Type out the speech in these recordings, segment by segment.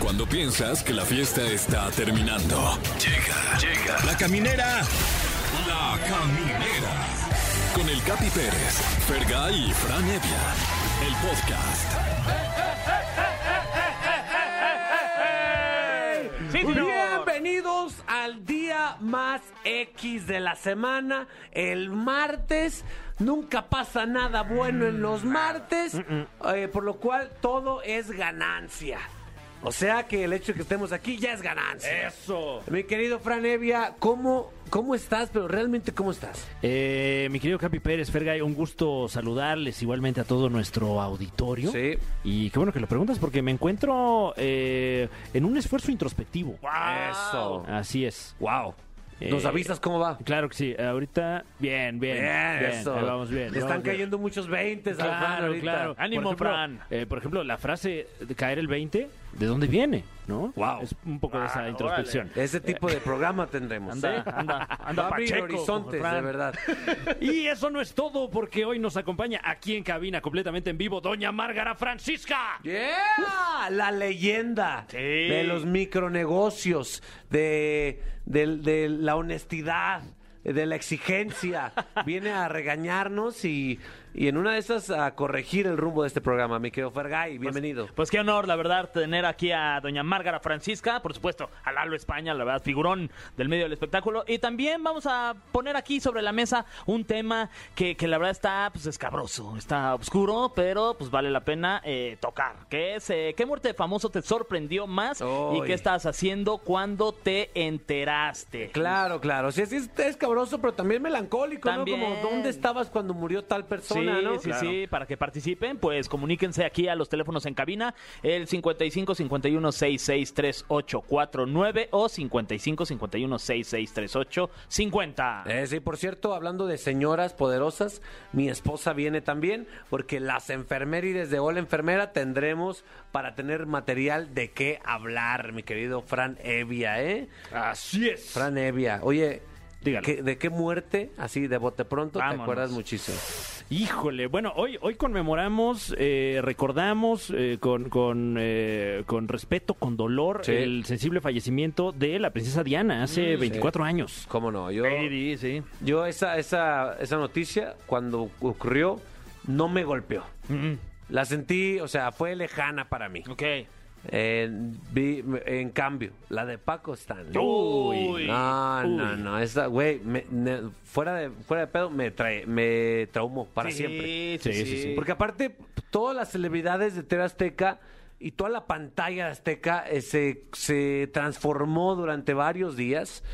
Cuando piensas que la fiesta está terminando. Llega, llega. La caminera. La caminera. Con el Capi Pérez, Fergay y Fran Evia. El podcast. Sí, señor. Bienvenidos al día más X de la semana, el martes. Nunca pasa nada bueno en los Mm. martes, eh, por lo cual todo es ganancia. O sea que el hecho de que estemos aquí ya es ganancia. Eso. Mi querido Fran Evia, ¿cómo, ¿cómo estás? Pero realmente, ¿cómo estás? Eh, mi querido Capi Pérez, Fergay, un gusto saludarles igualmente a todo nuestro auditorio. Sí. Y qué bueno que lo preguntas porque me encuentro eh, en un esfuerzo introspectivo. Eso. Así es. Wow. ¿Nos Eh, avisas cómo va? Claro que sí. Ahorita, bien, bien. Bien, bien, eso. ahí vamos bien. Le vamos están bien. cayendo muchos 20 al Fran Claro, ahorita. claro. Ánimo, por ejemplo, Fran. eh, por ejemplo, la frase de caer el 20, ¿de dónde viene? ¿No? Wow. Es un poco de esa Ah, introspección. Ese tipo de programa tendremos. Anda, ¿eh? anda, anda Va a abrir Pacheco, horizontes, de Fran. verdad. Y eso no es todo, porque hoy nos acompaña aquí en cabina, completamente en vivo, Doña Márgara Francisca. ¡Yeah! La leyenda Sí. de los micronegocios, de, del- de la honestidad, de la exigencia. Viene a regañarnos y, y en una de esas a corregir el rumbo de este programa. Mi querido Fergay, bienvenido. Pues qué honor, la verdad, tener aquí a doña Márgara Francisca, por supuesto, a Lalo España, la verdad, figurón del medio del espectáculo. Y también vamos a poner aquí sobre la mesa un tema que, que la verdad está pues escabroso, está oscuro, pero pues vale la pena eh, tocar. Que es, eh, ¿qué muerte de famoso te sorprendió más y Oy. qué estabas haciendo cuando te enteraste? Claro, claro. Sí, sí, es, es cabroso, pero también melancólico, También. ¿no? Como, ¿dónde estabas cuando murió tal persona, sí, no? Sí, sí, para que participen, pues comuníquense aquí a los teléfonos en cabina, el 55 51 66 3849 o 55 51 66 38 50. Eh, sí, por cierto, hablando de señoras poderosas, mi esposa viene también, porque las enfermerides de Hola Enfermera tendremos para tener material de qué hablar, mi querido Fran Evia, ¿eh? Así es. Fran Evia, oye, Dígalo. ¿qué- ¿de qué muerte, así de bote pronto, te Vámonos. acuerdas muchísimo? Híjole, bueno, hoy, hoy conmemoramos, eh, recordamos eh, con, con, eh, con respeto, con dolor, Sí. Mm, el sensible fallecimiento de la princesa Diana hace 24 años. ¿Cómo no? Yo, Sí, sí. yo esa, esa, esa noticia, cuando ocurrió, no me golpeó. La sentí, o sea, fue lejana para mí. Ok. En, Eh, vi- en cambio, la de Paco Stanley. Uy. no, no, no. Esa, güey, me- ne- fuera, de, fuera de pedo, me, trae, me traumó para Sí, siempre. sí, Sí, sí, sí. sí. Porque aparte, todas las celebridades de TV Azteca y toda la pantalla de Azteca eh, se, se transformó durante varios días.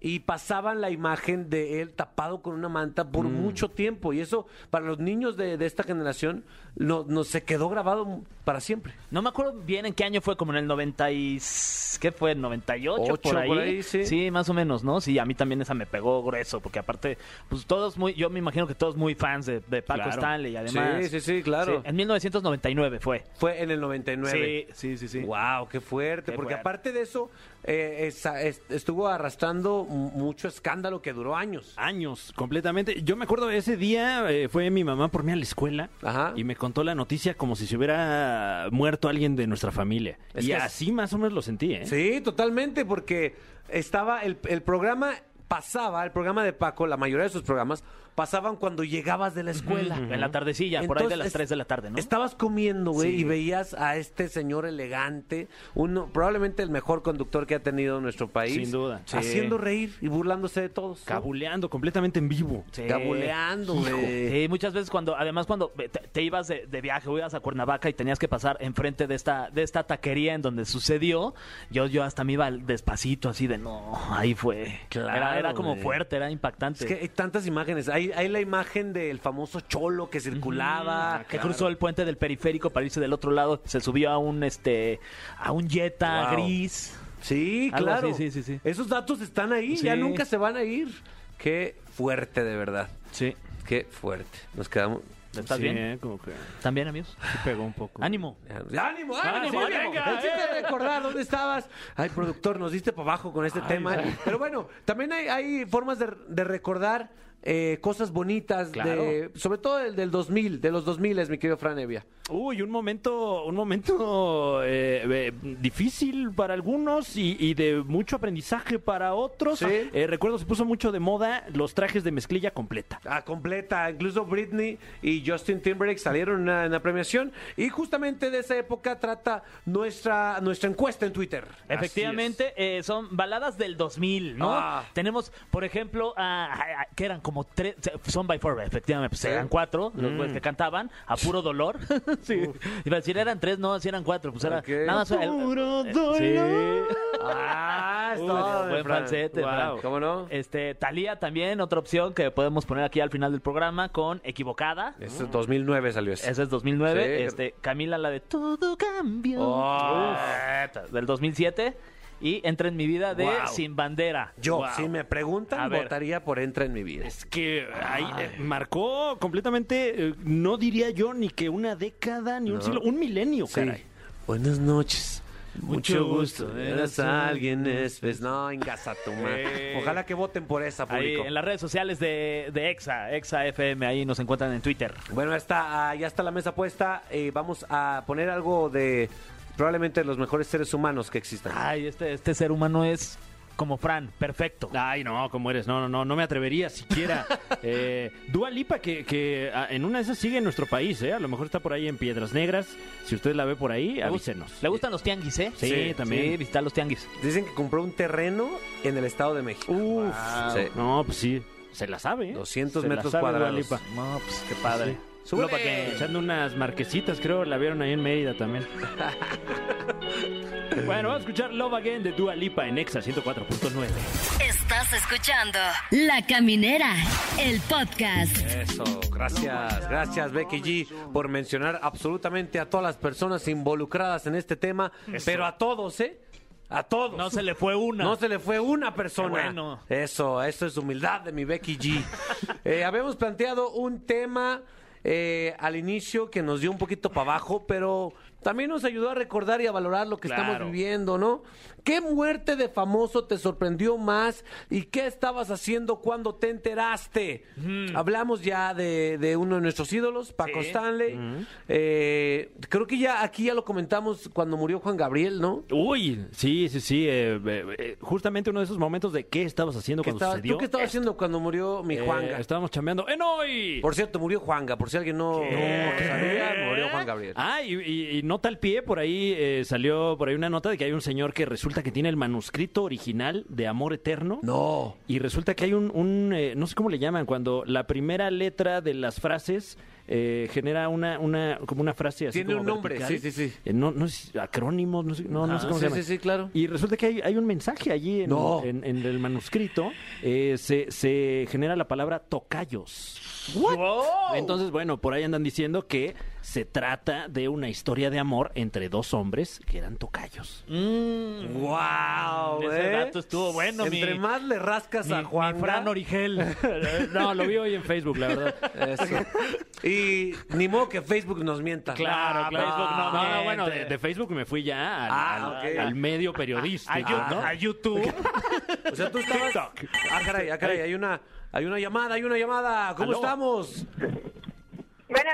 Y pasaban la imagen de él tapado con una manta Mm. por mucho tiempo. Y eso, para los niños de, de esta generación, no, no, se quedó grabado para siempre. No me acuerdo bien en qué año fue, como en el 90 y... ¿Qué fue? ¿98 Ocho, por ahí? por ahí, sí. más o menos, ¿no? Sí, a mí también esa me pegó grueso, porque aparte, pues todos muy... Yo me imagino que todos muy fans de, de Paco Claro. Stanley, además. Sí, sí, sí, claro. en 1999 fue. Fue en el 99. Sí, sí, sí, sí. Wow, qué fuerte. Qué porque fuerte. aparte de eso, eh, esa- es- estuvo arrastrando mu- mucho escándalo que duró años. Ah, Años, completamente. Yo me acuerdo de ese día, eh, fue mi mamá por mí a la escuela Ajá. y me contó la noticia como si se hubiera muerto alguien de nuestra familia. Es y que es- así más o menos lo sentí, ¿eh? Sí, totalmente, porque estaba el, el programa pasaba, el programa de Paco, la mayoría de sus programas pasaban cuando llegabas de la escuela. En la tardecilla, por ahí de Entonces, las 3 de la tarde, ¿no? Estabas comiendo, güey, Sí. y veías a este señor elegante, uno probablemente el mejor conductor que ha tenido nuestro país. Sin duda. Sí. Haciendo reír y burlándose de todos. Cabuleando completamente en vivo. Sí. Gabuleando, güey. Sí, Eh, muchas veces cuando, además cuando te, te ibas de, de viaje o ibas a Cuernavaca y tenías que pasar enfrente de esta, de esta taquería en donde sucedió, yo, yo hasta me iba despacito así de no, ahí fue. Claro, era, era como güey. fuerte, era impactante. Es que hay tantas imágenes. Hay, hay la imagen del famoso cholo que circulaba. Ah, que cruzó el puente del periférico para irse del otro lado, se subió a un este a un Jetta Wow. gris. Sí, Algo claro. así, sí, sí, sí. Esos datos están ahí, ya Sí. nunca se van a ir. Qué fuerte, de verdad. Sí. Qué fuerte. Nos quedamos. ¿Estás Sí, bien? ¿eh? Como que ¿También, amigos? sí pegó un poco. Ánimo. ¡Ánimo, ánimo! ¡Ánimo! ¡Ánimo, Ah, venga, eh. El chiste es recordar dónde estabas. Ay, productor, nos diste para abajo con este tema. Pero bueno, también hay, hay formas de, de recordar eh, cosas bonitas, Claro. de, sobre todo del, del 2000, de los 2000, es mi querido Fran Evia. Uy, un momento, un momento eh, eh, difícil para algunos y, y de mucho aprendizaje para otros. Sí. Eh, recuerdo se puso mucho de moda los trajes de mezclilla completa. Ah, completa, incluso Britney y Justin Timberlake salieron en una, en una premiación y justamente de esa época trata nuestra, nuestra encuesta en Twitter. Efectivamente, eh, son baladas del 2000, ¿no? Ah. Tenemos, por ejemplo, a, a- a- que eran como tres, son by four, efectivamente, pues Sí. Mm. eran cuatro los güeyes que cantaban, a puro dolor. sí. Iba a decir, eran tres, no, si eran cuatro, pues era Ok. nada más. el- Puro eh, dolor. Ah, es Uy, todo de buen Fran. falsete, Wow. Fran. ¿Cómo no? Este, Talía también, otra opción que podemos poner aquí al final del programa con Equivocada. Este 2009 salió ese. Esa es 2009. Sí. Este, Camila, la de Todo Cambio. Oh. Uf. Del 2007. Y Entra en mi vida de Wow. Sin Bandera. Yo, Wow. si me preguntan, A ver. votaría por Entra en mi vida. Es que ahí, eh, marcó completamente, eh, no diría yo ni que una década, ni un siglo, un milenio, Sí. caray. Buenas noches. Mucho gusto. Eras alguien espes. No, ingas a tu madre. Eh. Ojalá que voten por esa, Ahí, público. en las redes sociales de, de EXA, EXA FM, ahí nos encuentran en Twitter. Bueno, está, ah, ya está la mesa puesta. Eh, vamos a poner algo de probablemente los mejores seres humanos que existan. Ay, este, este ser humano es como Fran, perfecto. Ay, no, ¿cómo eres? No, no, no, no me atrevería siquiera. eh, Dua Lipa, que, que, ah, en una de esas sigue en nuestro país, ¿eh? A lo mejor está por ahí en Piedras Negras. Si usted la ve por ahí, avísenos. Le gustan los tianguis, ¿eh? Sí, también. Sí, visitar los tianguis. Dicen que compró un terreno en el Estado de México. Uf, Sí. no, pues sí, se la sabe. ¿eh? 200 Se la metros sabe Dua cuadrados. Lipa. No, pues qué padre. Sí. Súbelo para que. Echando unas marquesitas, creo, la vieron ahí en Mérida también. bueno, vamos a escuchar Love Again de Dua Lipa en Exa 104.9. Estás escuchando La Caminera, el podcast. Eso, gracias, gracias Becky G por mencionar absolutamente a todas las personas involucradas en este tema, pero a todos, ¿eh? A todos. No se le fue una. No se le fue una persona. Qué bueno. Eso, eso es humildad de mi Becky G. Eh, habíamos planteado un tema eh, al inicio que nos dio un poquito para abajo, pero también nos ayudó a recordar y a valorar lo que Claro. estamos viviendo, ¿no? ¿Qué muerte de famoso te sorprendió más y qué estabas haciendo cuando te enteraste? Hablamos ya de, de uno de nuestros ídolos, Paco Stanley. Eh, creo que ya aquí ya lo comentamos cuando murió Juan Gabriel, ¿no? Uy, sí, sí, sí. eh, eh, eh, justamente uno de esos momentos de qué estabas haciendo ¿Qué cuando estaba- sucedió. ¿Tú qué estabas haciendo cuando murió mi Eh, Juanga? estábamos chambeando en hoy. Por cierto, murió Juanga, por si alguien no, no ¿Qué? sabía, murió Juan Gabriel. Ah, y, y- y nota al pie, por ahí eh, salió por ahí una nota de que hay un señor que resulta que tiene el manuscrito original de Amor Eterno. No. Y resulta que hay un, un, eh, no sé cómo le llaman, cuando la primera letra de las frases eh, genera una, una, como una frase así. Tiene como un nombre, vertical. sí, sí, sí. Eh, no, no es acrónimos, no sé, no, no sé Ah, cómo sí, se llama. sí, sí, claro. Y resulta que hay, hay un mensaje allí en, No. en, en el manuscrito. eh, se, se genera la palabra tocayos. Entonces, bueno, por ahí andan diciendo que se trata de una historia de amor entre dos hombres que eran tocayos. ¡Wow! Ese dato estuvo bueno, mi- ¿eh? Entre más le rascas Mi- a mi Juan. Fran Origel. Eh, No, lo vi hoy en Facebook, la verdad. Y ni modo que Facebook nos mienta. Claro, Ah, claro. Facebook no no, miente. bueno, de, de Facebook me fui ya al, Ah, al- ok. al medio periodístico, A, Yu- Ah, ¿no? a YouTube. O sea, tú estabas. Ah, caray, ah, caray, hay una, hay una llamada, hay una llamada. ¿Cómo Aló. estamos? Bueno,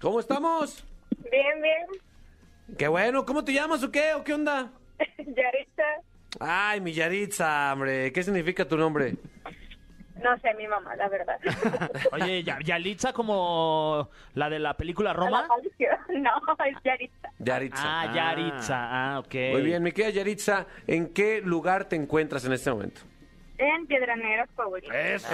¿Cómo estamos? bien, bien. Qué bueno, ¿cómo te llamas o qué? ¿O qué onda? Yaritza, Ay, mi Yaritza, hombre, ¿qué significa tu nombre? no sé, mi mamá, la verdad. Oye, ya- Yalitza como la de la película Roma. La Alicia, No, es Yaritza. Yaritza. Ah, Yaritza. Ah, ok. Muy bien, mi querida Yaritza, ¿en qué lugar te encuentras en este momento? En Piedra Negra, favorito. ¡Eso!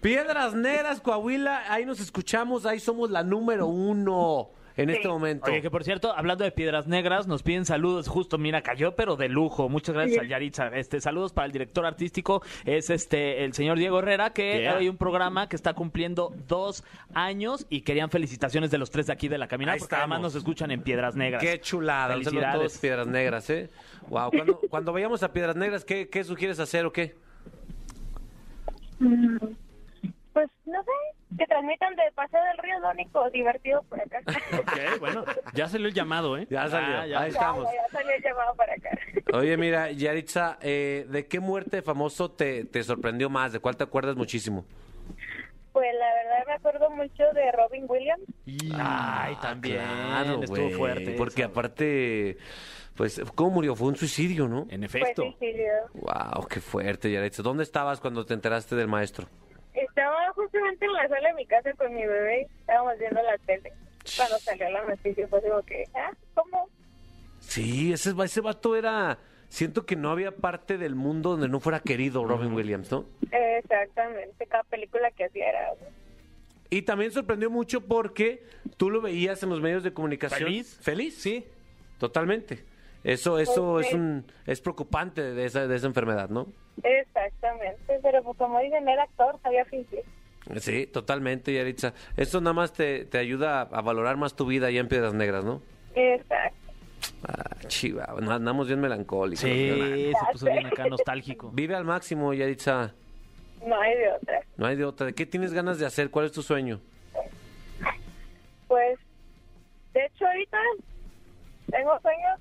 Piedras Negras, Coahuila, ahí nos escuchamos, ahí somos la número uno en este momento. Oye, que por cierto, hablando de piedras negras, nos piden saludos. Justo, mira, cayó, pero de lujo. Muchas gracias a Yaritza. Este, saludos para el director artístico, es este el señor Diego Herrera, que Yeah. hay un programa que está cumpliendo dos años y querían felicitaciones de los tres de aquí de la caminata, Ahí porque además estamos. nos escuchan en piedras negras. Qué chulada, un saludo a todos Felicidades. Piedras Negras, ¿eh? Wow, cuando, cuando vayamos a Piedras Negras, ¿qué, qué sugieres hacer o qué? Mm, Pues no sé, que transmitan de Paseo del Río, es lo único divertido por acá. Ok, bueno, ya salió el llamado, ¿eh? Ya salió, Ah, ya. ahí Ya, estamos. Ya, salió el llamado para acá. Oye, mira, Yaritza, eh, ¿de qué muerte famoso te, te sorprendió más? ¿De cuál te acuerdas muchísimo? Pues la verdad me acuerdo mucho de Robin Williams. Ay, también. Ah, Claro, estuvo güey, fuerte. Porque aparte, pues, ¿cómo murió? Fue un suicidio, ¿no? En Pues efecto. suicidio. Wow, qué fuerte, Yaritza. ¿Dónde estabas cuando te enteraste del maestro? Estaba justamente en la sala de mi casa con mi bebé, estábamos viendo la tele. Cuando salió la noticia fue como que, ah, ¿cómo? Sí, ese, ese vato era... Siento que no había parte del mundo donde no fuera querido Robin Williams, ¿no? Exactamente, cada película que hacía era... Y también sorprendió mucho porque tú lo veías en los medios de comunicación. ¿Feliz? ¿Feliz? Sí. Totalmente. Eso, eso Ok. es un es preocupante de esa, de esa enfermedad, ¿no? Exactamente, pero pues como dicen, era actor, sabía fingir. Sí, totalmente, Yaritza. Esto nada más te, te ayuda a- a valorar más tu vida allá en Piedras Negras, ¿no? Exacto. Ah, chiva, no- andamos bien melancólicos. ¿verdad? Sí, se puso bien acá nostálgico. Vive al máximo, Yaritza. No hay de otra. No hay de otra. ¿De qué tienes ganas de hacer? ¿Cuál es tu sueño? Pues, de hecho, ahorita tengo sueños,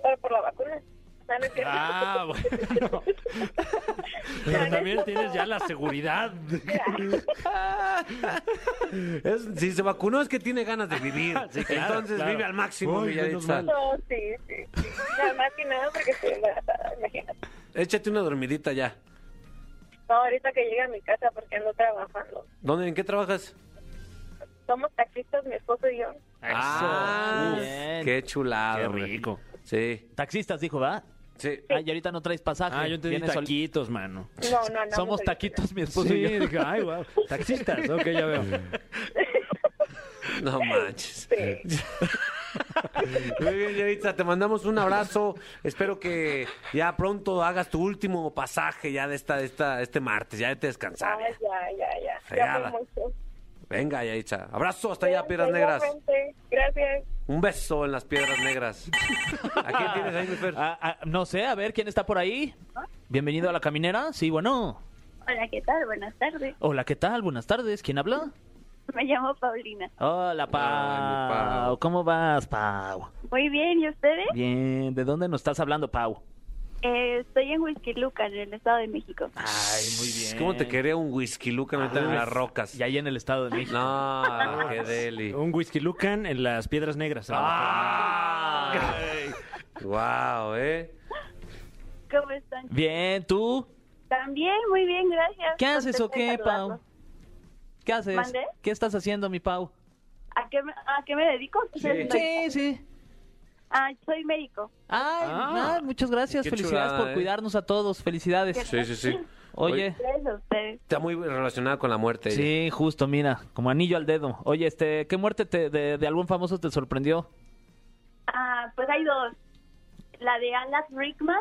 pero por la vacuna. No, no es cierto. Ah, bueno. Pero también tienes ya la seguridad. Es- si se vacunó es que tiene ganas de vivir. Sí, claro, Entonces claro. vive al máximo, Uy, mi menos Yaritza. mal. No, sí, sí. Nada más que nada porque estoy embarazada, imagínate. Échate una dormidita ya. No, ahorita que llegue a mi casa porque ando trabajando. ¿Dónde, ¿En qué trabajas? Somos taxistas, mi esposo y yo. Ah, Muy bien. qué chulado. Qué hombre. rico. Sí, Taxistas, dijo, ¿verdad? sí. Ay, ahorita no traes pasaje. Ah, yo entendí Vienes sol- taquitos, mano. No, no, no. Somos muy taquitos, mi esposo sí, y yo. dije, ay, wow. Taxistas, ok, ya veo. No manches. solidaria. Sí. Muy bien, Yaritza, te mandamos un abrazo. Espero que ya pronto hagas tu último pasaje ya de esta, de esta, este martes. Ya te descansar. Ay, ya. ya, ya, ya. Fregada. Ya fue mucho. Venga, Yaritza. Abrazo hasta allá, Piedras Negras. Igualmente. Gracias. Un beso en las Piedras Negras. ¿A quién tienes ahí, mi Fer? Ah, ah, no sé, a ver quién está por ahí. Bienvenido a la caminera. Sí, bueno. Hola, ¿qué tal? Buenas tardes. Hola, ¿qué tal? Buenas tardes. ¿Quién habla? Me llamo Paulina. Hola, Ay, mi Pau. Pau. ¿Cómo vas, Pau? Muy bien, ¿y ustedes? Bien. ¿De dónde nos estás hablando, Pau? Eh, estoy en Huizquiluca, en el Estado de México. Ay, muy bien. Ah, ¿Cómo te quería un whisky, Luca, ahorita en las rocas? Y ahí en el Estado de México. No, qué deli. Uh, Un whisky Lucan en las Piedras Negras. Ah. ah. Wow, ¿eh? ¿Cómo están? Bien, ¿tú? También, muy bien, gracias. ¿Qué haces o Contenta de qué, Pau? saludarlos. ¿Qué haces? ¿Mande? ¿Qué estás haciendo, mi Pau? ¿A qué, me, ¿A qué me dedico? Soy- Sí, sí. Ah, soy médico. Ay, Ah. ah, muchas gracias. Qué Felicidades chulada, por ¿eh? cuidarnos a todos. Felicidades. Sí, sí, sí. Oye. Gracias a ustedes. Está muy relacionada con la muerte. ella. Sí, justo, mira, como anillo al dedo. Oye, este, ¿qué muerte te- de, de algún famoso te sorprendió? Ah, pues hay dos. La de Alan Rickman,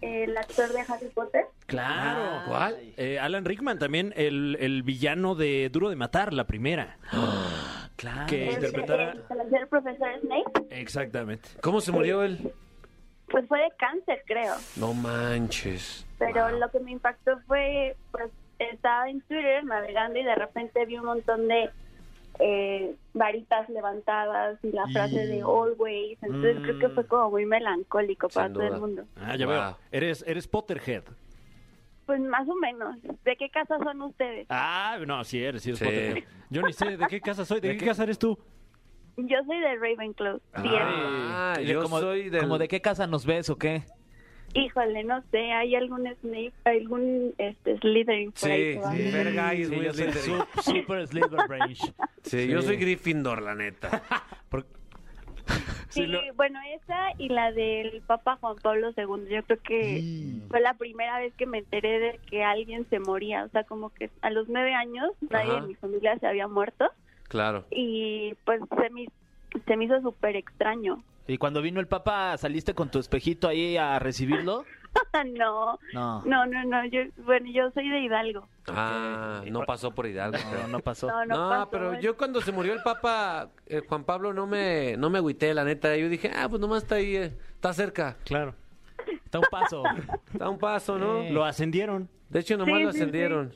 el actor de Harry Potter. Claro. Ay. ¿Cuál? Eh, Alan Rickman también, el, el villano de Duro de Matar, la primera. Claro. Que el, interpretara. el- el profesor Snape. Exactamente. ¿Cómo se murió él? Pues fue de cáncer, creo. No manches. Pero Wow. lo que me impactó fue, pues, estaba en Twitter navegando y de repente vi un montón de eh, varitas levantadas y la frase de always. Entonces creo que fue como muy melancólico para Mm. Sin todo duda. el mundo. Ah, ya Wow. veo. Eres, eres Potterhead. Pues más o menos. ¿De qué casa son ustedes? Ah, no, sí eres, sí eres Sí. Potterhead. Yo ni sé de qué casa soy. ¿De, qué, casa eres tú? Yo soy de Ravenclaw. Bien. Ah, ¿De yo como, soy del... como de qué casa nos ves o qué? Híjole, no sé, hay algún Snape, algún este, Slytherin por ahí. Sí, que va. sí. Verga, es Sí, muy yo soy Slytherin. sup- super Slytherin. Sí, yo soy Gryffindor, la neta. Sí, bueno, esa y la del Papa Juan Pablo II. Yo creo que fue la primera vez que me enteré de que alguien se moría. O sea, como que a los nueve años nadie Ajá. de mi familia se había muerto. Claro. Y pues se me, se me hizo súper extraño. ¿Y cuando vino el papá saliste con tu espejito ahí a recibirlo? no, No. no, no, no. Yo, bueno, yo soy de Hidalgo. Ah, no pasó por Hidalgo. No, no pasó. No, no, No, pasó, pero es- yo cuando se murió el Papa eh, Juan Pablo no me no me agüité, la neta. Yo dije, ah, pues nomás está ahí, eh, está cerca, Claro. Está un paso. está a un paso, ¿no? Lo ascendieron. De hecho, nomás Sí, lo sí, sí. ascendieron.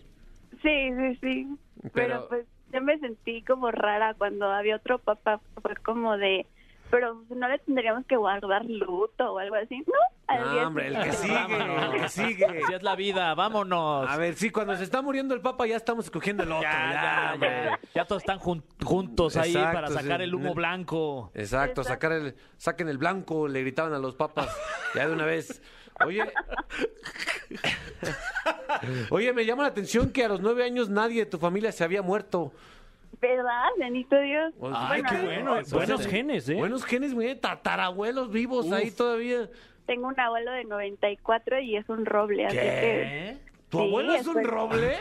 Sí, sí, sí. Pero, Pero- pues yo me sentí como rara cuando había otro papá, fue como de, pero no le tendríamos que guardar luto o algo así, ¿no? al No, día hombre, el siguiente. que sigue, el que sigue. Así es la vida, vámonos. A ver, sí, cuando se está muriendo el papa ya estamos escogiendo el otro. ya, ya, ya, hombre. ya. Ya todos están jun- juntos ahí Exacto, para sacar sí. el humo blanco. Exacto, sacar el, saquen el blanco, le gritaban a los papas, ya de una vez. Oye, oye, me llama la atención que a los nueve años nadie de tu familia se había muerto. ¿Verdad? Bendito Dios. Ay, qué bueno. Pues, Buenos este, genes, ¿eh? Buenos genes, güey, tatarabuelos vivos ahí todavía. Tengo un abuelo de 94 y es un roble, así que... ¿Eh? ¿Tu Sí, abuelo es pues. un estoy- roble?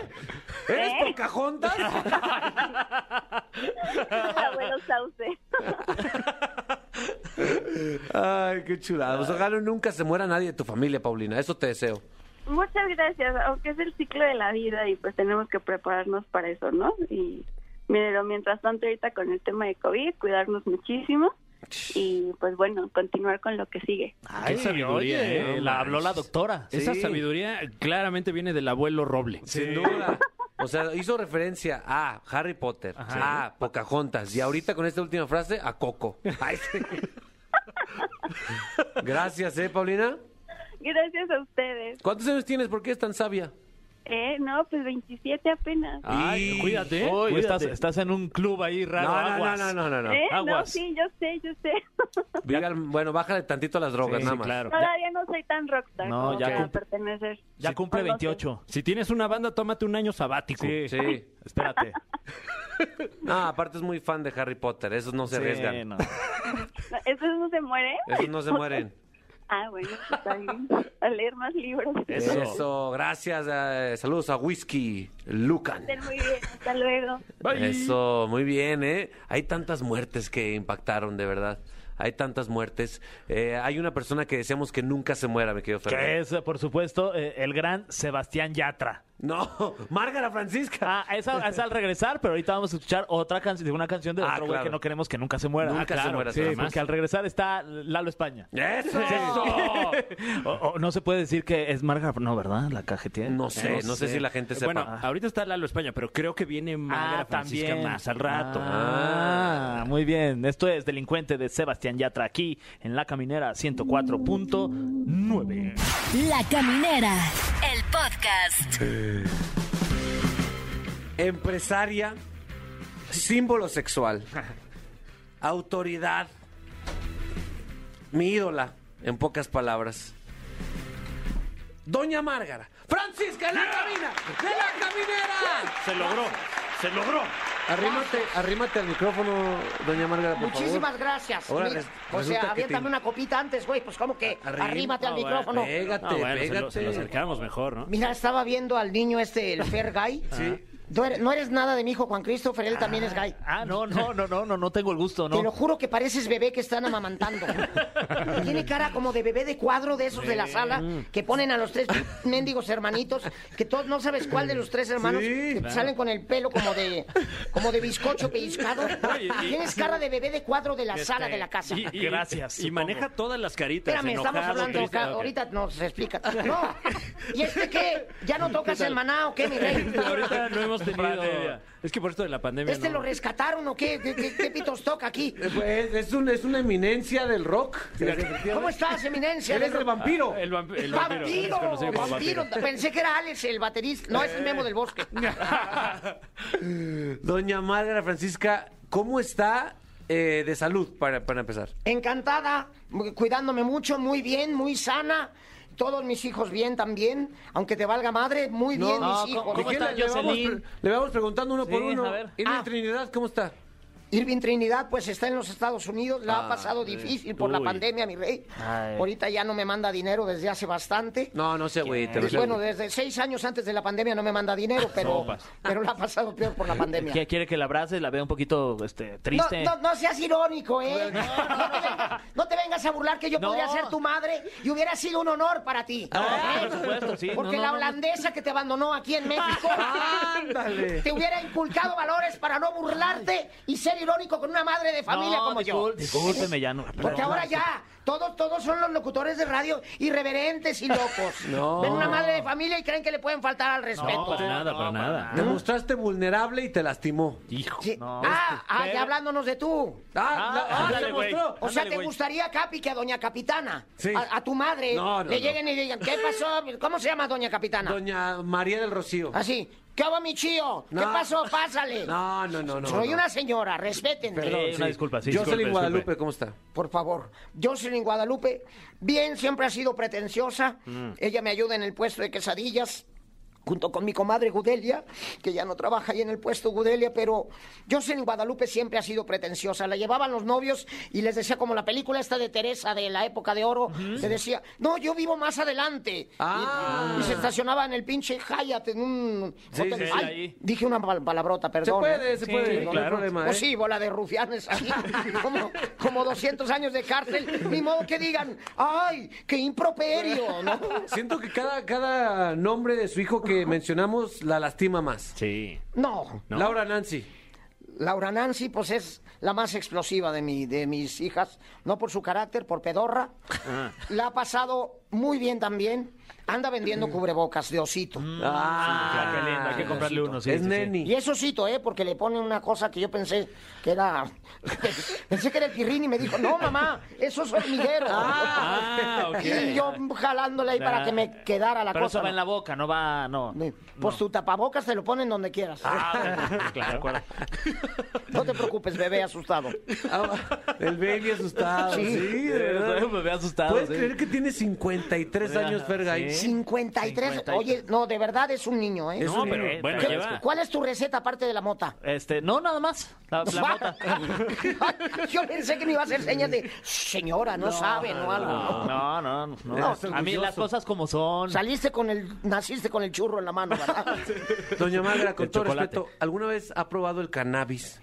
¿Eres ¿Eh? Pocahontas? abuelo sauce. Ay, qué chulada. Pues ojalá nunca se muera nadie de tu familia, Paulina. Eso te deseo. Muchas gracias, aunque es el ciclo de la vida y pues tenemos que prepararnos para eso, ¿no? Y pero mientras tanto ahorita con el tema de COVID, cuidarnos muchísimo y pues bueno, continuar con lo que sigue. Qué sabiduría, oye, ¿eh? La habló la doctora. Esa Sí. sabiduría claramente viene del abuelo Roble. Sin duda. O sea, hizo referencia a Harry Potter, a Pocahontas y ahorita con esta última frase a Coco. Ay, sí. Gracias, ¿eh, Paulina? Gracias a ustedes. ¿Cuántos años tienes? ¿Por qué es tan sabia? Eh, no, pues 27 apenas. Ay, Y- cuídate. ¿eh? Uy, estás, cuídate. estás en un club ahí No, raro. no, no, aguas. no, no, no, no. ¿Eh? No, aguas. sí, yo sé, yo sé. Vive al- Bueno, bájale tantito a las drogas, Sí, nada sí, más. claro. Ya- Todavía no soy tan rockstar No, como ya para cumple- pertenecer. Ya cumple 28. Si tienes una banda, tómate un año sabático. Sí. Espérate. No, aparte es muy fan de Harry Potter. Esos no se arriesgan. no. ¿Eso no se muere? Esos no se mueren. Ah, bueno, pues, está bien. A leer más libros. Eso. Gracias. eh, saludos a Whisky Lucan. Estén muy bien, hasta luego. Eso, muy bien, ¿eh? Hay tantas muertes que impactaron, de verdad. Hay tantas muertes. Eh, hay una persona que deseamos que nunca se muera, me quedo Que Fernando. es, por supuesto, eh, el gran Sebastián Yatra. No, Márgara Francisca. Ah, esa es al regresar, pero ahorita vamos a escuchar otra canción, una canción de Ah, otro güey claro. que no queremos que nunca se muera. Nunca Ah, se claro, muera, sí, jamás. porque al regresar está Lalo España. ¡Eso! O- o no se puede decir que es Marga, no, ¿verdad? La cajetilla. No sé, no sé si la gente sepa. Eh, Bueno, ahorita está Lalo España, pero creo que viene Magra Ah, Francisca también. más al rato. Ah, muy bien. Esto es Delincuente de Sebastián Yatra aquí en La Caminera 104.9. La Caminera, el podcast. Empresaria, símbolo sexual, autoridad, mi ídola, en pocas palabras. Doña Márgara, Francisca, en la cabina, de la caminera. Se logró, se logró. Arrímate, arrímate al micrófono, doña Margarita. por favor. Muchísimas gracias. Ahora Mira, res- o resulta que sea, aviéntame te- una copita antes, güey. Pues como que Arrim- arrímate al Ah, bueno, micrófono. eh, Pégate, Ah, bueno, se pégate. lo, se lo acercamos mejor, ¿no? Mira, estaba viendo al niño este, el Fer Guy. No eres, no eres nada de mi hijo Juan Christopher, él también es gay. Ah, no, no, no, no, no, no tengo el gusto, Te lo no. juro que pareces bebé que están amamantando. Tiene cara como de bebé de cuadro de esos de la sala que ponen a los tres mendigos hermanitos, que todos no sabes cuál de los tres hermanos que salen con el pelo como de como de bizcocho pellizcado. Oye, y- Tienes cara de bebé de cuadro de la Este, sala de la casa. Y- y- Gracias, Y supongo. maneja todas las caritas. Espérame, estamos enojado, hablando triste. acá, Ah, ok. ahorita nos explica. No. ¿Y este qué? ¿Ya no tocas el maná o qué, mi rey? Ahorita no hemos tenido. Pandemia. Es que por esto de la pandemia. ¿Este no. lo rescataron o qué? ¿Qué, qué- qué pitos toca aquí? Eh, pues, es, un- es una eminencia del rock. ¿Cómo estás, eminencia? Ah, Eres el vampiro. El, vamp- el vampiro. es ¡Vampiro! conocido como ¡Vampiro! Pensé que era Alex el baterista. No, es el Memo del Bosque. Ah, Doña Márgara Francisca, ¿cómo está eh, de salud para, para empezar? Encantada, mu- cuidándome mucho, muy bien, muy sana. Todos mis hijos bien también, aunque te valga madre, muy bien no, mis hijos. ¿cómo ¿Qué está le, le vamos, Jocelyn? pre- le vamos preguntando uno Sí, por uno. a ver. ¿Y la Ah. Trinidad cómo está? Irving Trinidad, pues está en los Estados Unidos, la ha pasado difícil por la Uy. pandemia, mi rey. Ah, eh, Ay. Ahorita ya no me manda dinero desde hace bastante. No, no sé, güey. Y bueno, desde seis años antes de la pandemia no me manda dinero, Ah, pero, pero la ha pasado peor por la pandemia. ¿Qui- ¿Quiere que la abrace? La vea un poquito este, triste. No, no, no seas irónico, ¿eh? No, no, no te vengas, no te vengas a burlar que yo No. podría ser tu madre y hubiera sido un honor para ti. ¿eh? por supuesto, Ah, sí. No, Porque no, la no, no. holandesa que te abandonó aquí en México Ándale. te hubiera inculcado valores para no burlarte y ser irónico con una madre de familia No, como yo. discúl- Discúlpeme ya, no. Porque ahora ya Todos, todos son los locutores de radio irreverentes y locos. No. Ven una madre de familia y creen que le pueden faltar al respeto. para nada, para nada. Te mostraste vulnerable y te lastimó. Hijo. Sí. ah, ah, Pero- ya hablándonos de tú. Ah, Ah, no, ah, ándale, te güey. mostró. O sea, Ándale, ¿te güey. gustaría, Capi, que a Doña Capitana, Sí. a, a tu madre, No, no, le no. lleguen y le digan, ¿qué pasó? ¿Cómo se llama Doña Capitana? Doña María del Rocío. Así, ¿qué hago, mi chío? ¿Qué No. pasó? Pásale. No, no, no, no. Soy no. una señora, respétenme. Perdón. Eh, una disculpa, sí, Jocelyn disculpe, disculpe. Guadalupe, ¿cómo está? Por favor, Jocelyn Guadalupe, bien, siempre ha sido pretenciosa. Mm. Ella me ayuda en el puesto de quesadillas, junto con mi comadre Gudelia, que ya no trabaja ahí en el puesto Gudelia, pero Jocelyn Guadalupe siempre ha sido pretenciosa. La llevaban los novios y les decía, como la película esta de Teresa de la época de oro, le decía, no, yo vivo más adelante. Y- Ah. Y, se estacionaba en el pinche Hyatt, en un Sí, hotel. sí, Ay, ahí. dije una pal- palabrota, Se perdón. ¿eh? puede, se Sí, puede. no hay claro. problema, ¿eh? Pues sí, bola de rufianes ahí, como, como 200 años de cárcel, ni modo que digan, ¡ay, qué improperio! ¿no? Siento que cada, cada nombre de su hijo que mencionamos la lastima más. Sí. No, ¿No? Laura Nancy. Laura Nancy, pues es la más explosiva de, mi, de mis hijas, no por su carácter, por pedorra. Ah. La ha pasado muy bien también, anda vendiendo cubrebocas de osito. Ah, qué linda, hay que comprarle uno, sí. es sí, sí. Neni. Y es osito, ¿eh? Porque le pone una cosa que yo pensé que era... Pensé que era el pirrín y me dijo, no, mamá, eso es hormiguero. Ah, ok. Y yo jalándola ahí para que me quedara la Pero cosa. eso va ¿no? en la boca, no va, no. Sí. Pues tu tapabocas te lo ponen donde quieras. Ah, claro, de acuerdo. No te preocupes, bebé asustado. Ah, el baby asustado. Sí, Sí. de verdad. Me ve asustado. Pues- ¿Puedes sí. creer que tiene 53 años, Ferga? ahí? 53. 53. Oye, no, de verdad es un niño, ¿eh? Es No, un pero niño. bueno, ¿Qué- lleva. ¿Cuál es tu receta aparte de la mota? Este, no, nada más. La, la mota. Ay, Yo pensé que me ibas a hacer señas de señora, no, sabe, no algo. ¿no? No, no, no. a mí las cosas como son. Saliste con el, naciste con el churro en la mano, ¿verdad? Doña Magra, con El todo chocolate. respeto, ¿alguna vez ha probado el cannabis?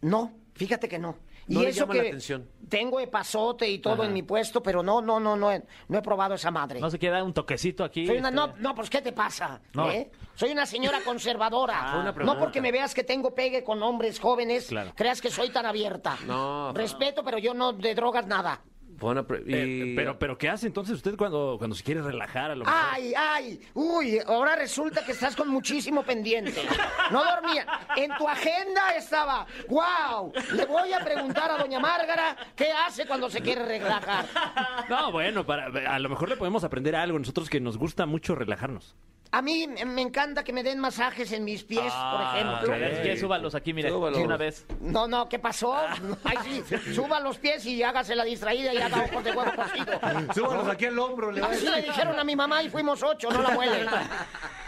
No, fíjate que no. No y le eso llama que la atención. tengo epazote y todo en mi puesto, pero no, no, no, no, he- no he probado esa madre. No se queda un toquecito aquí. Soy una- este. ¿eh? no, no, pues ¿qué te pasa? No. ¿Eh? Soy una señora conservadora. Ah, fue una no porque me veas que tengo pegue con hombres jóvenes, Claro. creas que soy tan abierta. No. Respeto, pero yo no de drogas nada. Bueno, pero- Eh, y- pero, pero ¿qué hace entonces usted cuando, cuando se quiere relajar a lo mejor? Ay, ay, uy, ahora resulta que estás con muchísimo pendiente. No dormía. En tu agenda estaba, wow, le voy a preguntar a doña Márgara qué hace cuando se quiere relajar. No, bueno, para, a lo mejor le podemos aprender algo nosotros que nos gusta mucho relajarnos. A mí me me encanta que me den masajes en mis pies, Ah, por a ver, ejemplo. si quieres, súbalos aquí, mire. Súbalos. de Una vez. No, no, ¿qué pasó? Ay, sí, suba los pies y hágase la distraída y haga ojos de huevo cocido. Súbanos aquí al hombro, le va a Así le dijeron a mi mamá y fuimos ocho, no la muele.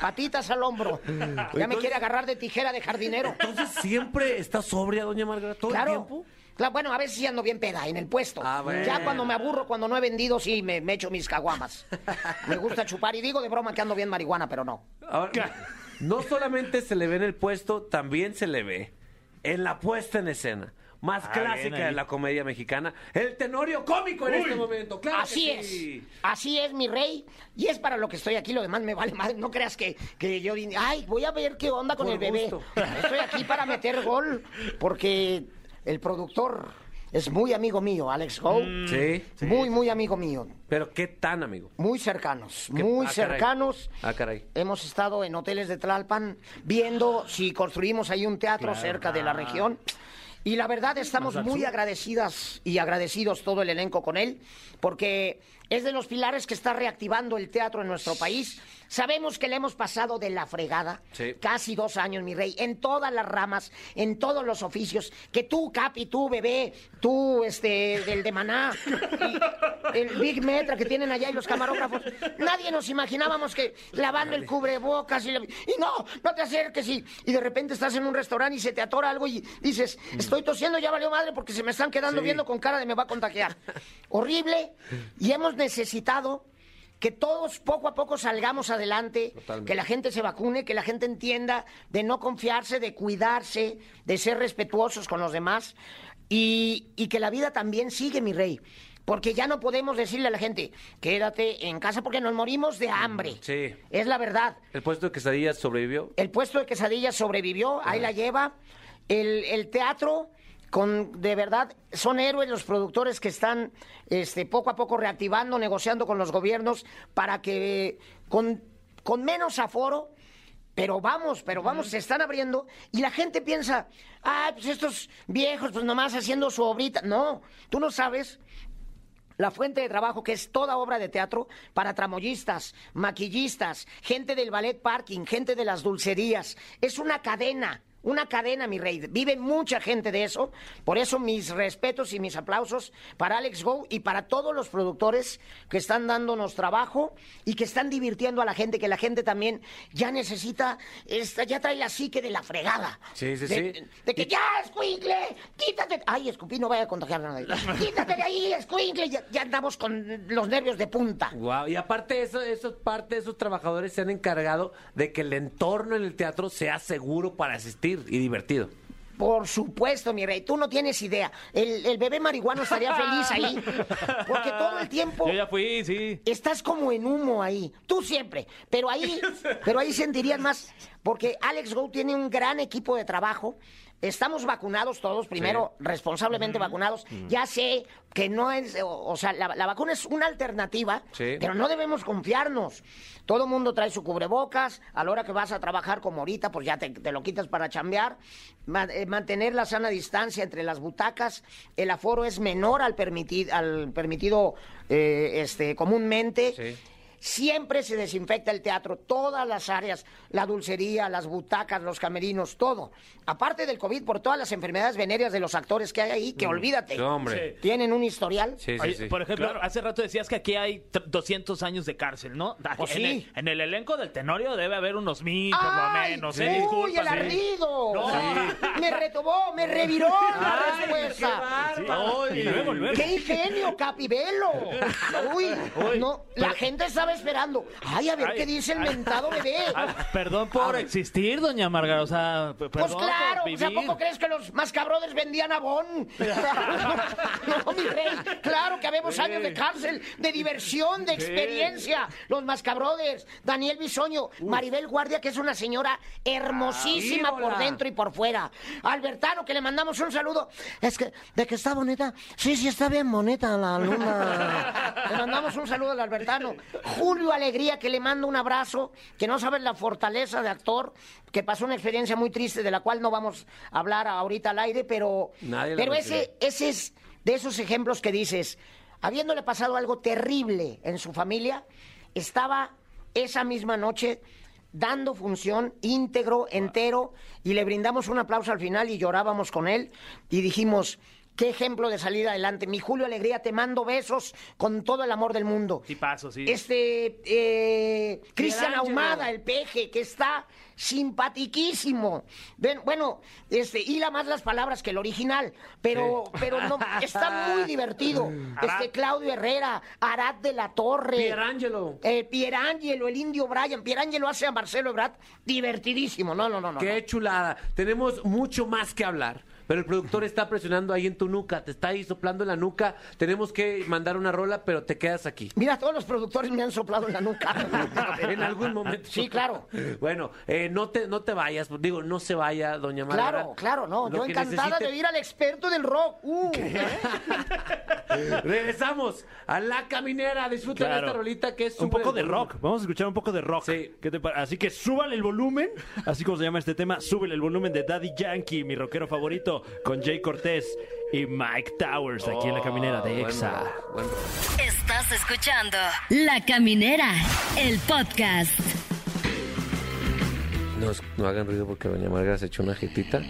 Patitas al hombro. Ya me quiere agarrar de tijera de jardinero. Entonces, ¿siempre está sobria, doña Margarita? ¿Todo el Claro. tiempo? Claro, bueno, a veces sí ando bien peda en el puesto. Ah, bueno. Ya cuando me aburro, cuando no he vendido, sí me, me echo mis caguamas. Me gusta chupar y digo de broma que ando bien marihuana, pero no. Ahora, no solamente se le ve en el puesto, también se le ve en la puesta en escena. Más Ah, bien clásica ahí. de la comedia mexicana, el tenorio cómico en este momento. Claro que Así es, sí. así es mi rey, y es para lo que estoy aquí, lo demás me vale madre, no creas que, que yo vine, ay, voy a ver qué onda con Por el bebé, gusto. estoy aquí para meter gol, porque el productor es muy amigo mío, Alex Go, Mm. Mm. Sí. muy, muy amigo mío, Pero qué tan, amigo. muy cercanos, ¿Qué- muy ah, caray. cercanos. Ah, caray. Hemos estado en hoteles de Tlalpan viendo si construimos ahí un teatro cerca Ah. de la región. Y la verdad estamos muy agradecidas y agradecidos todo el elenco con él, porque es de los pilares que está reactivando el teatro en nuestro país. Sabemos que le hemos pasado de la fregada, Sí. casi dos años, mi rey, en todas las ramas, en todos los oficios, que tú, Capi, tú, bebé, tú, este, del de Maná, y el Big Metra que tienen allá y los camarógrafos, nadie nos imaginábamos que lavando el cubrebocas y, la- y no, no te acerques y, y de repente estás en un restaurante y se te atora algo y dices, estoy tosiendo, ya valió madre porque se me están quedando viendo con cara de me va a contagiar. Horrible, y hemos necesitado que todos poco a poco salgamos adelante, Totalmente. que la gente se vacune, que la gente entienda de no confiarse, de cuidarse, de ser respetuosos con los demás y, y que la vida también sigue, mi rey. Porque ya no podemos decirle a la gente, quédate en casa porque nos morimos de hambre. Sí. Es la verdad. El puesto de quesadillas sobrevivió. El puesto de quesadillas sobrevivió, ahí la lleva. El, el teatro con de verdad son héroes los productores que están este poco a poco reactivando, negociando con los gobiernos para que con, con menos aforo pero vamos, pero vamos, se están abriendo y la gente piensa, ah, pues estos viejos, pues nomás haciendo su obrita. No, tú no sabes la fuente de trabajo que es toda obra de teatro para tramoyistas, maquillistas, gente del ballet parking, gente de las dulcerías. Es una cadena. Una cadena, mi rey. Vive mucha gente de eso. Por eso mis respetos y mis aplausos para Alex Go y para todos los productores que están dándonos trabajo y que están divirtiendo a la gente, que la gente también ya necesita, esta, ya trae la psique de la fregada. Sí, sí, De- sí. De que ya, escuincle, quítate. Ay, escupí, no vaya a contagiar a nadie. Quítate de ahí, escuincle. Ya, ya andamos con los nervios de punta. Wow. Y aparte eso, eso parte de esos trabajadores se han encargado de que el entorno en el teatro sea seguro para asistir y divertido. Por supuesto, mi rey, tú no tienes idea. El, el bebé marihuano estaría feliz ahí, porque todo el tiempo Yo ya fui, sí. estás como en humo ahí. Tú siempre, pero ahí, pero ahí sentirías más, porque Alex Go tiene un gran equipo de trabajo. Estamos vacunados todos, primero responsablemente vacunados. Ya sé que no es, o, o sea, la, la vacuna es una alternativa, Sí. pero no debemos confiarnos. Todo el mundo trae su cubrebocas, a la hora que vas a trabajar como ahorita, pues ya te, te lo quitas para chambear. Ma- eh, mantener la sana distancia entre las butacas, el aforo es menor al, permiti- al permitido eh, este, comúnmente. Sí. Siempre se desinfecta el teatro, todas las áreas, la dulcería, las butacas, los camerinos, todo. Aparte del COVID, por todas las enfermedades venéreas de los actores que hay ahí, que olvídate. No, Mm. hombre. Tienen un historial. Sí, sí, Oye, sí. Por ejemplo, hace rato decías que aquí hay tr- 200 años de cárcel, ¿no? Pues en, sí. el, en el elenco del Tenorio debe haber unos mil, por lo ¡Ay! menos. ¡Uy, ¿eh? Disculpa, el sí. ardido! No. Sí. Me retobó, me reviró la respuesta. Sí. Ay, y luego, luego. ¡Qué ingenio, Capibelo! ¡Uy! Uy. No, la gente estaba esperando. ¡Ay, a ver Ay, qué dice el ay. mentado bebé! Ah, perdón por existir, doña Margarita. O sea, p- Pues perdón claro, por pues, ¿a vivir. poco crees que los más cabrones vendían abón? no, mi rey, claro que habemos años de cárcel, de diversión, de experiencia. Los más cabrones, Daniel Bisoño, Maribel Guardia, que es una señora Ah, hermosísima por víbora. dentro y por fuera. Albertano, que le mandamos un saludo. Es que, ¿de que está bonita? Sí, sí, está bien bonita la luna. Le mandamos un saludo al Albertano. Julio Alegría, que le mando un abrazo, que no sabes la fortaleza de actor, que pasó una experiencia muy triste de la cual no vamos a hablar ahorita al aire, pero, Nadie la pero mencionó. ese, ese es de esos ejemplos que dices, habiéndole pasado algo terrible en su familia, estaba esa misma noche dando función íntegro, entero, y le brindamos un aplauso al final y llorábamos con él y dijimos, qué ejemplo de salir adelante. Mi Julio Alegría, te mando besos con todo el amor del mundo. Sí, paso, sí. Este, eh, Cristian Miguel Ángel. Ahumada, el peje, que está simpatiquísimo. Ven, bueno, este, hila más las palabras que el original, pero, pero no, está muy divertido. Este, Claudio Herrera, Arad de la Torre. Pierangelo. Eh, Pierangelo, el indio Brian. Pierangelo hace a Marcelo Ebrard divertidísimo. No, no, no, no. Qué chulada. Tenemos mucho más que hablar. Pero el productor está presionando ahí en tu nuca, te está ahí soplando en la nuca. Tenemos que mandar una rola, pero te quedas aquí. Mira, todos los productores me han soplado en la nuca. en algún momento. Sí, claro. Bueno, eh, no, te, no te vayas, digo, no se vaya, doña Margarita. Claro, claro, no. Yo encantada de ir al experto del rock. Uh, ¿eh? Regresamos a la caminera. Disfruten Claro. esta rolita que es Un súper- poco de rock. Vamos a escuchar un poco de rock. Sí. ¿Qué te pa- así que súbale el volumen. Así como se llama este tema, súbele el volumen de Daddy Yankee, mi rockero favorito, con Jay Cortés y Mike Towers aquí en la caminera de Buen Exa. rock, buen rock. Estás escuchando La Caminera, el podcast. No, es- no hagan ruido porque doña Margarita se echó una jetita.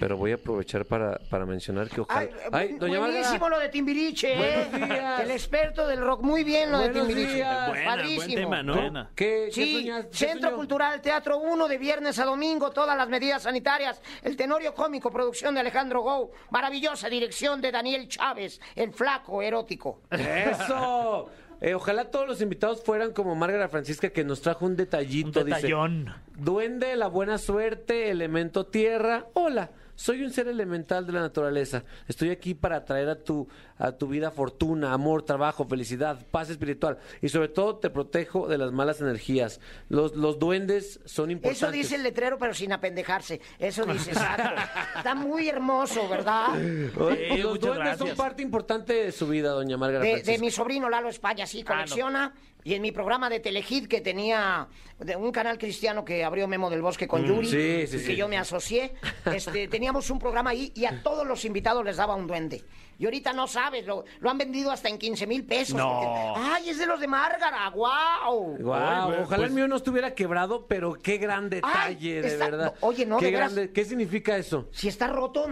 Pero voy a aprovechar para, para mencionar que ojalá. Ay, buenísimo lo de Timbiriche, ¿eh? Buenos días. El experto del rock, muy bien lo Buenos de Timbiriche. días. Buena, buen tema, ¿no? Buena. ¿Qué, Sí, qué soñas- qué Centro soñó? Cultural Teatro 1, de viernes a domingo, todas las medidas sanitarias. El Tenorio Cómico, producción de Alejandro Gou. Maravillosa dirección de Daniel Chávez, el flaco erótico. ¡Eso! Eh, ojalá todos los invitados fueran como Margarita Francisca, que nos trajo un Un detallito. dice, detallón. Duende, la buena suerte, elemento tierra. Hola, soy un ser elemental de la naturaleza. Estoy aquí para traer a tu, a tu vida fortuna, amor, trabajo, felicidad, paz espiritual. Y sobre todo te protejo de las malas energías. Los, los duendes son importantes. Eso dice el letrero, pero sin apendejarse. Eso dice, exacto. Está muy hermoso, ¿verdad? Oye, Sí, los muchas duendes son gracias. parte importante de su vida, doña Margarita. De, de mi sobrino Lalo España, Ah, sí, colecciona. Y en mi programa de Telehit que tenía de un canal cristiano que abrió Memo del Bosque con Yuri, Mm, sí, sí, que sí. yo me asocié, este, teníamos un programa ahí y a todos los invitados les daba un duende. Y ahorita no sabes, lo, lo han vendido hasta en 15 mil pesos. No. porque- ¡Ay, es de los de Márgara! ¡Guau! Guau, Oye, pues, ojalá pues- el mío no estuviera quebrado, pero qué gran detalle, de está- verdad. no, oye, no, qué de veras. grande, ¿qué significa eso? Si está roto,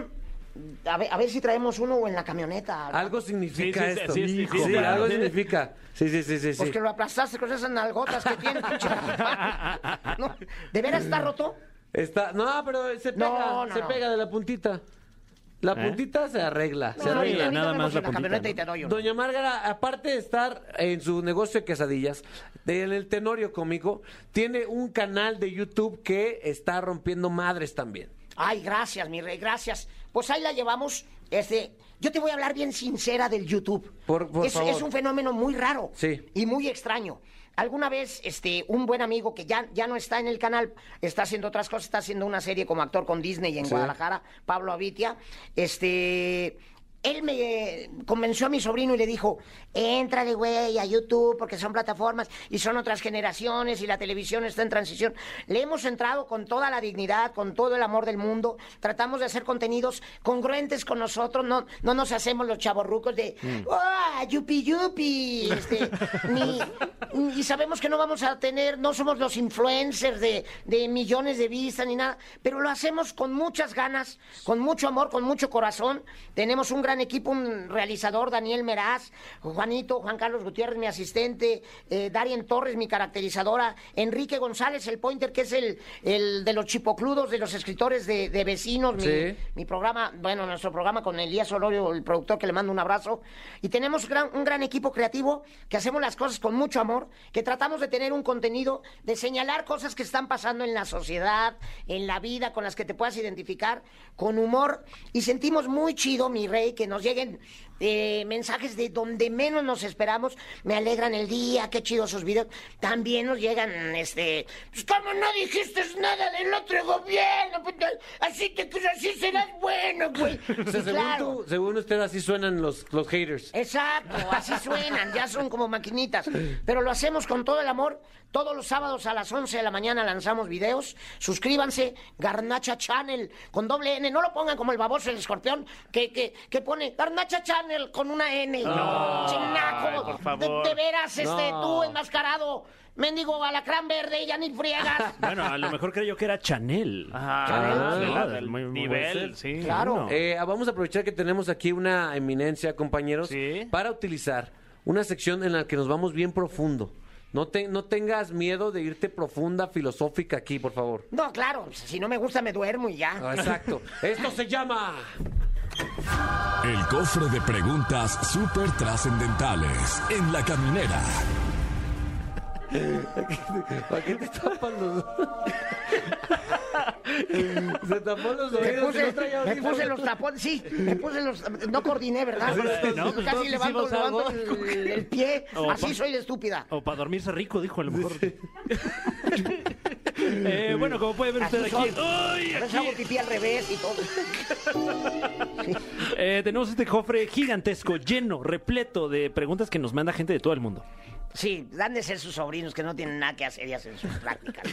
a ver, a ver si traemos uno en la camioneta. Algo significa Sí, sí, sí, esto. sí, sí, Hijo, sí, sí. algo significa. Sí, sí, sí, sí, sí. Pues que lo aplastaste con esas nalgotas que tiene. pinche Rafa. No, ¿De veras está roto? Está, no, pero se pega, No, no, se no. pega de la puntita. La ¿Eh? puntita se arregla, se No, arregla, ahorita- ahorita nada vemos más la en camioneta puntita, y te doy uno. Doña Márgara, aparte de estar en su negocio de quesadillas, de- en el Tenorio Cómico, tiene un canal de YouTube que está rompiendo madres también. Ay, gracias, mi rey, gracias. Pues ahí la llevamos. Este, yo te voy a hablar bien sincera del YouTube. Por- por es, favor. es un fenómeno muy raro Sí. y muy extraño. Alguna vez, este, un buen amigo que ya, ya no está en el canal, está haciendo otras cosas, está haciendo una serie como actor con Disney en Guadalajara, Pablo Avitia, este. Él me convenció a mi sobrino y le dijo, de güey, a YouTube, porque son plataformas y son otras generaciones y la televisión está en transición. Le hemos entrado con toda la dignidad, con todo el amor del mundo. Tratamos de hacer contenidos congruentes con nosotros. No, no nos hacemos los chavorrucos de ¡Ah, yupi yupi! Este, ni- y sabemos que no vamos a tener, no somos los influencers de, de millones de vistas ni nada, pero lo hacemos con muchas ganas, con mucho amor, con mucho corazón. Tenemos un gran equipo, un realizador, Daniel Meraz, Juanito, Juan Carlos Gutiérrez, mi asistente, eh, Darien Torres, mi caracterizadora, Enrique González, el pointer, que es el, el de los chipocludos, de los escritores de, de vecinos, mi- Sí. mi programa, bueno, nuestro programa con Elías Olorio, el productor que le mando un abrazo. Y tenemos gran- un gran equipo creativo que hacemos las cosas con mucho amor, que tratamos de tener un contenido, de señalar cosas que están pasando en la sociedad, en la vida, con las que te puedas identificar, con humor. Y sentimos muy chido, mi rey, que nos lleguen eh, mensajes de donde menos nos esperamos. Me alegran el día, qué chido sus videos. También nos llegan, este, pues como no dijiste nada del otro gobierno, pues, así te así serás bueno, güey. O sea, Sí, según, claro. tú- según usted, así suenan los, los haters. Exacto, así suenan, ya son como maquinitas. Pero lo hacemos con todo el amor. Todos los sábados a las 11 de la mañana lanzamos videos. Suscríbanse, Garnacha Channel, con doble N. No lo pongan como el baboso del escorpión, que, que, que pone Garnacha Channel con una N. Chinaco, Ay, por favor. De, de veras, este, No. tú enmascarado. Mendigo alacrán verde, ya ni friegas. Bueno, a lo mejor creyó que era Chanel. Ajá, Ah, de la- claro, del muy- muy nivel, buen sí. Claro. Bueno. Eh, vamos a aprovechar que tenemos aquí una eminencia, compañeros, Sí. para utilizar una sección en la que nos vamos bien profundo. No, te- no tengas miedo de irte profunda, filosófica aquí, por favor. No, claro, si no me gusta me duermo y ya. Ah, exacto. Esto se llama. El cofre de preguntas súper trascendentales en la caminera. ¿Para qué te tapan los.? se tapó los Me oídos. puse, no traía me audífonos. puse los tapones, sí, me puse los... No coordiné, ¿verdad? ¿no? Pues Casi todos levanto, hicimos levanto algo. el, el pie, O así pa- soy de estúpida. O para dormirse rico, dijo a lo mejor. Eh, bueno, como puede ver Así usted soy. aquí, ¡ay! A veces Aquí, hago pipí al revés y todo. eh, tenemos este cofre gigantesco, lleno, repleto de preguntas que nos manda gente de todo el mundo. Sí, dan de ser sus sobrinos que no tienen nada que hacer y hacen sus prácticas.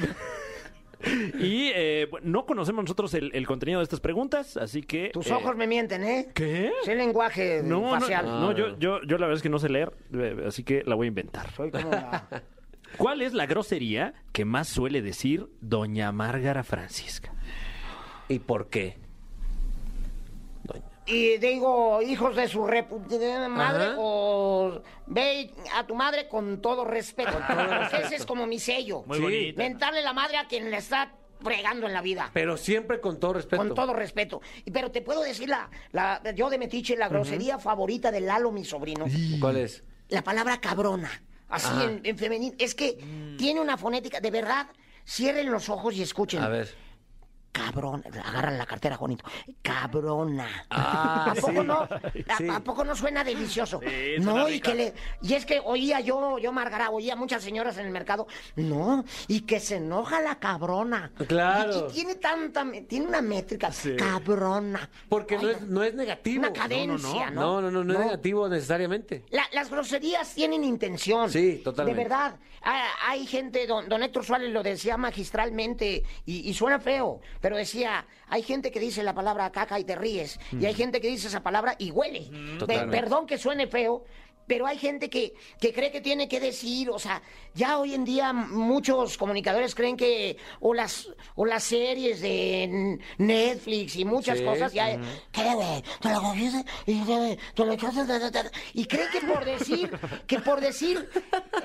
Y eh, bueno, no conocemos nosotros el, el contenido de estas preguntas, así que... Tus eh, ojos me mienten, ¿eh? ¿Qué? Es el lenguaje No, no, facial. no, yo, yo, yo la verdad es que no sé leer, eh, así que la voy a inventar. Soy como la- ¿Cuál es la grosería que más suele decir Doña Márgara Francisca? ¿Y por qué? Y digo, hijos de su repu... de madre, Ajá. o ve a tu madre con todo respeto. Porque ese es como mi sello. Muy Sí. bonito. Mentarle la madre a quien le está fregando en la vida. Pero siempre con todo respeto. Con todo respeto. Y- Pero te puedo decir la, la yo de metiche, la grosería favorita de Lalo, mi sobrino. ¿Cuál es? La palabra cabrona. Así Ajá. en, en femenino. Es que tiene una fonética. De verdad, cierren los ojos y escuchen. A ver. cabrón, agarran la cartera, Juanito, cabrona. Ah, ¿A poco sí. no? ¿A, Sí. a poco no suena delicioso? Sí, suena no, y rico. que le, y es que oía yo, yo Margará, oía muchas señoras en el mercado, no, y que se enoja la cabrona. Claro. Y, y tiene tanta, me- tiene una métrica, cabrona. Porque no Ay, es, no es negativo. Una cadencia, ¿no? No, no, no, no, es negativo necesariamente. La- las groserías tienen intención. Sí, totalmente. De verdad. Ah, Hay gente, don, don Héctor Suárez lo decía magistralmente y, y suena feo, pero decía, hay gente que dice la palabra caca y te ríes, y hay gente que dice esa palabra y huele. Pe- Totalmente. perdón que suene feo. Pero hay gente que, que cree que tiene que decir, o sea, ya hoy en día muchos comunicadores creen que, o las, o las series de N- Netflix y muchas Sí. cosas, ya, ¿Qué, güey? Te lo cogiste y te, te lo echaste. ta, ta, ta. Y cree que por decir, que por decir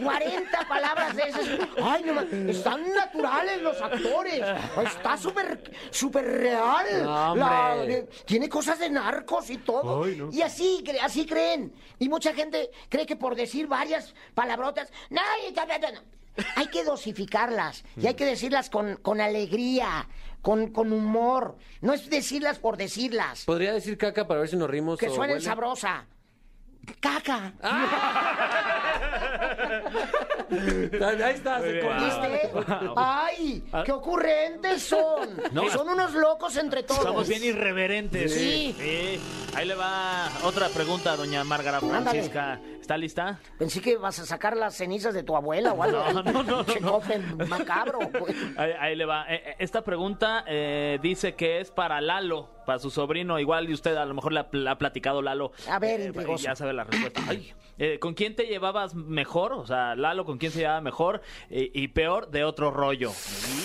40 palabras de esas. Ay, no ma- están naturales los actores. Está súper, súper real. No, La- hombre. tiene cosas de narcos y todo. Y así, cre- así creen. Y mucha gente cree que por decir varias palabrotas. "No, y ta, ta, ta", no. Hay que dosificarlas y hay que decirlas con, con alegría, con, con humor. No es decirlas por decirlas. Podría decir caca para ver si nos rimos. Que o suenen huele. sabrosa. Caca. Ah, Ahí está, se ¿Viste? ¡Ay! Ah. ¡Qué ocurrentes son! Son unos locos entre todos. Somos bien irreverentes. Sí. Ahí le va otra pregunta, doña Márgara Ándale. Francisca. ¿Está lista? Pensé que vas a sacar las cenizas de tu abuela o algo. No, no, no, no, Che, no. cofre macabro. pues. güey. Ahí, ahí le va. Eh, eh, Esta pregunta eh, dice que es para Lalo, para su sobrino. Igual y usted a lo mejor le ha, pl- ha platicado Lalo. A ver, Eh, intrigoso. Ya sabe la respuesta. Ay. Eh, ¿Con quién te llevabas mejor? O sea, Lalo, ¿con quién se llevaba mejor? Eh, y peor, de otro rollo.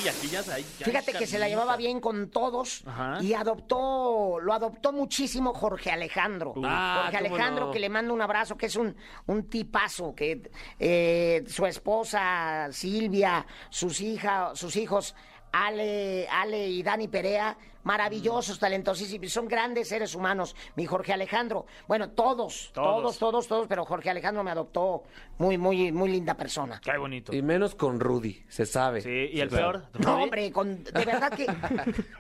Y aquí ya, se- ahí- ya Fíjate que se la camisa. llevaba bien con todos Ajá. y adoptó, lo adoptó muchísimo Jorge Alejandro. Ah, Jorge cómo Alejandro, no. que le mando un abrazo, que es un, un tipazo, que eh, su esposa Silvia, sus hijas, sus hijos Ale, Ale y Dani Perea, maravillosos, talentosísimos, son grandes seres humanos. Mi Jorge Alejandro, bueno, todos, todos, todos, todos, pero Jorge Alejandro me adoptó muy, muy, muy linda persona. Qué bonito. Y menos con Rudy, se sabe. Sí, y el claro. peor. No, Rudy? hombre, con- de verdad que,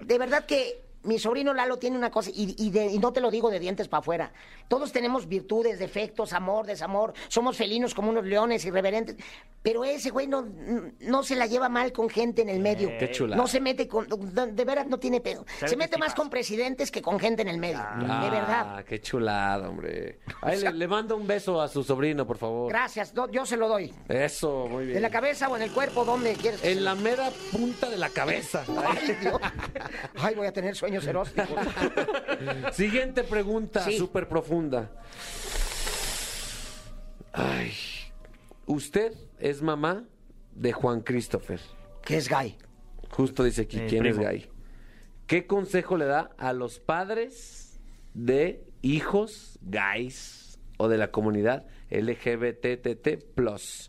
de verdad que mi sobrino Lalo tiene una cosa, y, y de- y no te lo digo de dientes para afuera. Todos tenemos virtudes, defectos, amor, desamor, somos felinos como unos leones, irreverentes, pero ese güey no, no se la lleva mal con gente en el medio. Qué chula. No se mete con, de, de veras no tiene pedo. ve Se, que mete sí más pasa. con presidentes que con gente en el medio, de verdad. Ah, qué chulada, hombre. Ahí le, le mando un beso a su sobrino, por favor. Gracias, no, yo se lo doy. Eso, muy bien. ¿En la cabeza o en el cuerpo? ¿Dónde quieres? que se En la mera punta de la cabeza. Ay, Dios. Ay, voy a tener sueños eróticos. Siguiente pregunta, Sí. súper profunda. Ay. Usted es mamá de Juan Christopher. ¿Qué es gay? Justo dice aquí, Eh, ¿quién primo. es gay? ¿Qué consejo le da a los padres de hijos gays o de la comunidad LGBTT+.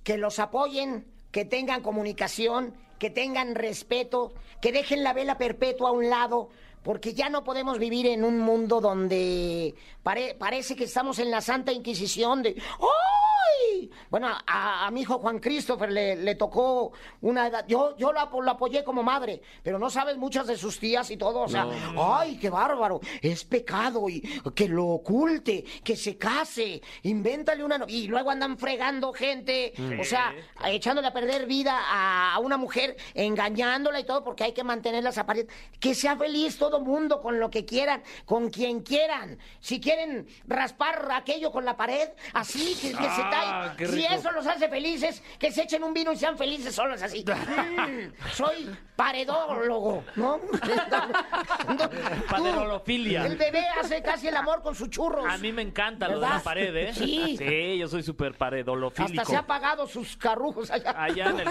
que los apoyen, que tengan comunicación, que tengan respeto, que dejen la vela perpetua a un lado, porque ya no podemos vivir en un mundo donde pare- parece que estamos en la Santa Inquisición de... ¡Ay! Bueno, a, a mi hijo Juan Christopher le, le tocó una edad. Yo, yo lo, apo- lo apoyé como madre, pero no sabes muchas de sus tías y todo. O sea, ¡ay, qué bárbaro! Es pecado y que lo oculte, que se case, invéntale una. no- Y luego andan fregando gente, o sea, echándole a perder vida a, a una mujer, engañándola y todo, porque hay que mantener las apariencias. Que sea feliz todo mundo con lo que quieran, con quien quieran. Si quieren raspar aquello con la pared, así que, que se Ah, cae. qué Si rico. eso los hace felices, que se echen un vino y sean felices solos así. Mm, soy paredólogo, ¿no? Paderolofilia. El bebé hace casi el amor con sus churros. A mí me encanta lo de ¿Verdad? la pared, ¿eh? Sí. Sí, yo soy súper paredolofílico. Hasta se ha pagado sus carrujos allá. Allá en el,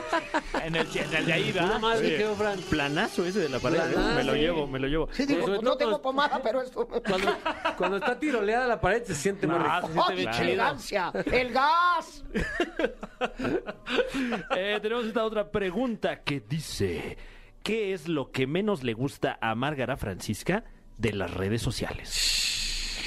en el, en el de ahí, ¿verdad? Nada más Oye, dije, oh, Fran, Planazo ese de la pared. ¿eh? Planazo. Me lo llevo, me lo llevo. Sí, digo, sobre pues, todo no cuando- tengo pomada, pero esto... cuando, cuando está tiroleada la pared se siente muy Ah, rico. se siente ¡Ay, bien ¡Oh, qué chido. elegancia! ¡El gas! Eh, tenemos esta otra pregunta que dice: ¿Qué es lo que menos le gusta a Márgara Francisca de las redes sociales?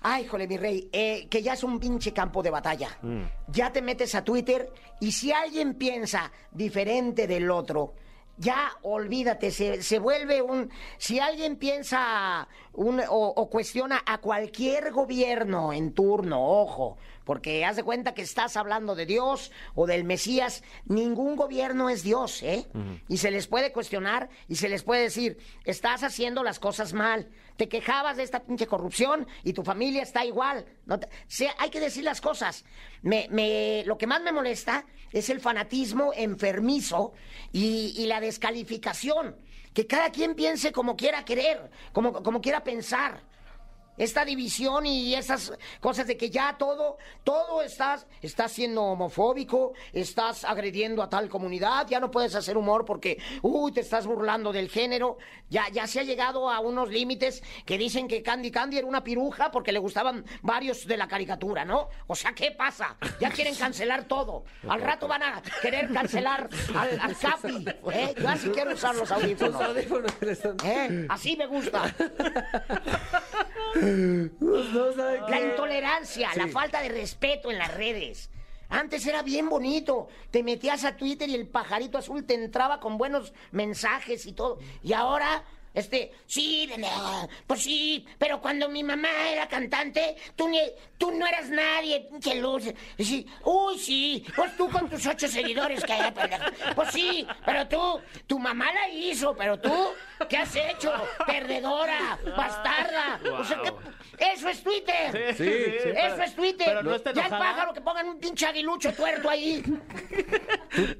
Ay, jole, mi rey, eh, que ya es un pinche campo de batalla. Mm. Ya te metes a Twitter y si alguien piensa diferente del otro, ya olvídate, se, se vuelve un... Si alguien piensa un- o, o cuestiona a cualquier gobierno en turno, ojo, porque haz de cuenta que estás hablando de Dios o del Mesías, ningún gobierno es Dios, ¿eh? Y se les puede cuestionar y se les puede decir, estás haciendo las cosas mal, te quejabas de esta pinche corrupción y tu familia está igual. No te- sea, hay que decir las cosas. Me, me- lo que más me molesta es el fanatismo enfermizo y, y la descalificación. Que cada quien piense como quiera querer, como, como quiera pensar esta división y esas cosas de que ya todo, todo estás, estás siendo homofóbico, estás agrediendo a tal comunidad, ya no puedes hacer humor porque, uy, te estás burlando del género, ya, ya se ha llegado a unos límites que dicen que Candy Candy era una piruja porque le gustaban varios de la caricatura, ¿no? O sea, ¿qué pasa? Ya quieren cancelar todo. Al rato van a querer cancelar al, al Capi, ¿eh? Yo así quiero usar Los los ah, audífonos, audífonos que le están- ¿eh? Así me gusta. No saben La qué. intolerancia, la Sí. falta de respeto en las redes. Antes era bien bonito. Te metías a Twitter y el pajarito azul te entraba con buenos mensajes y todo. Y ahora, este, sí, de la- pues sí, pero cuando mi mamá era cantante, tú, ni- tú no eras nadie, pinche luz. Y sí, uy, sí, pues tú con tus ocho seguidores que hay, pendejo. Pues sí, pero tú, tu mamá la hizo, pero tú, ¿qué has hecho? Perdedora, bastarda. O sea, ¿qué- eso es Twitter. Sí, sí, sí. Eso es Twitter. Pero no está ya el enojada. pájaro que pongan un pinche aguilucho tuerto ahí.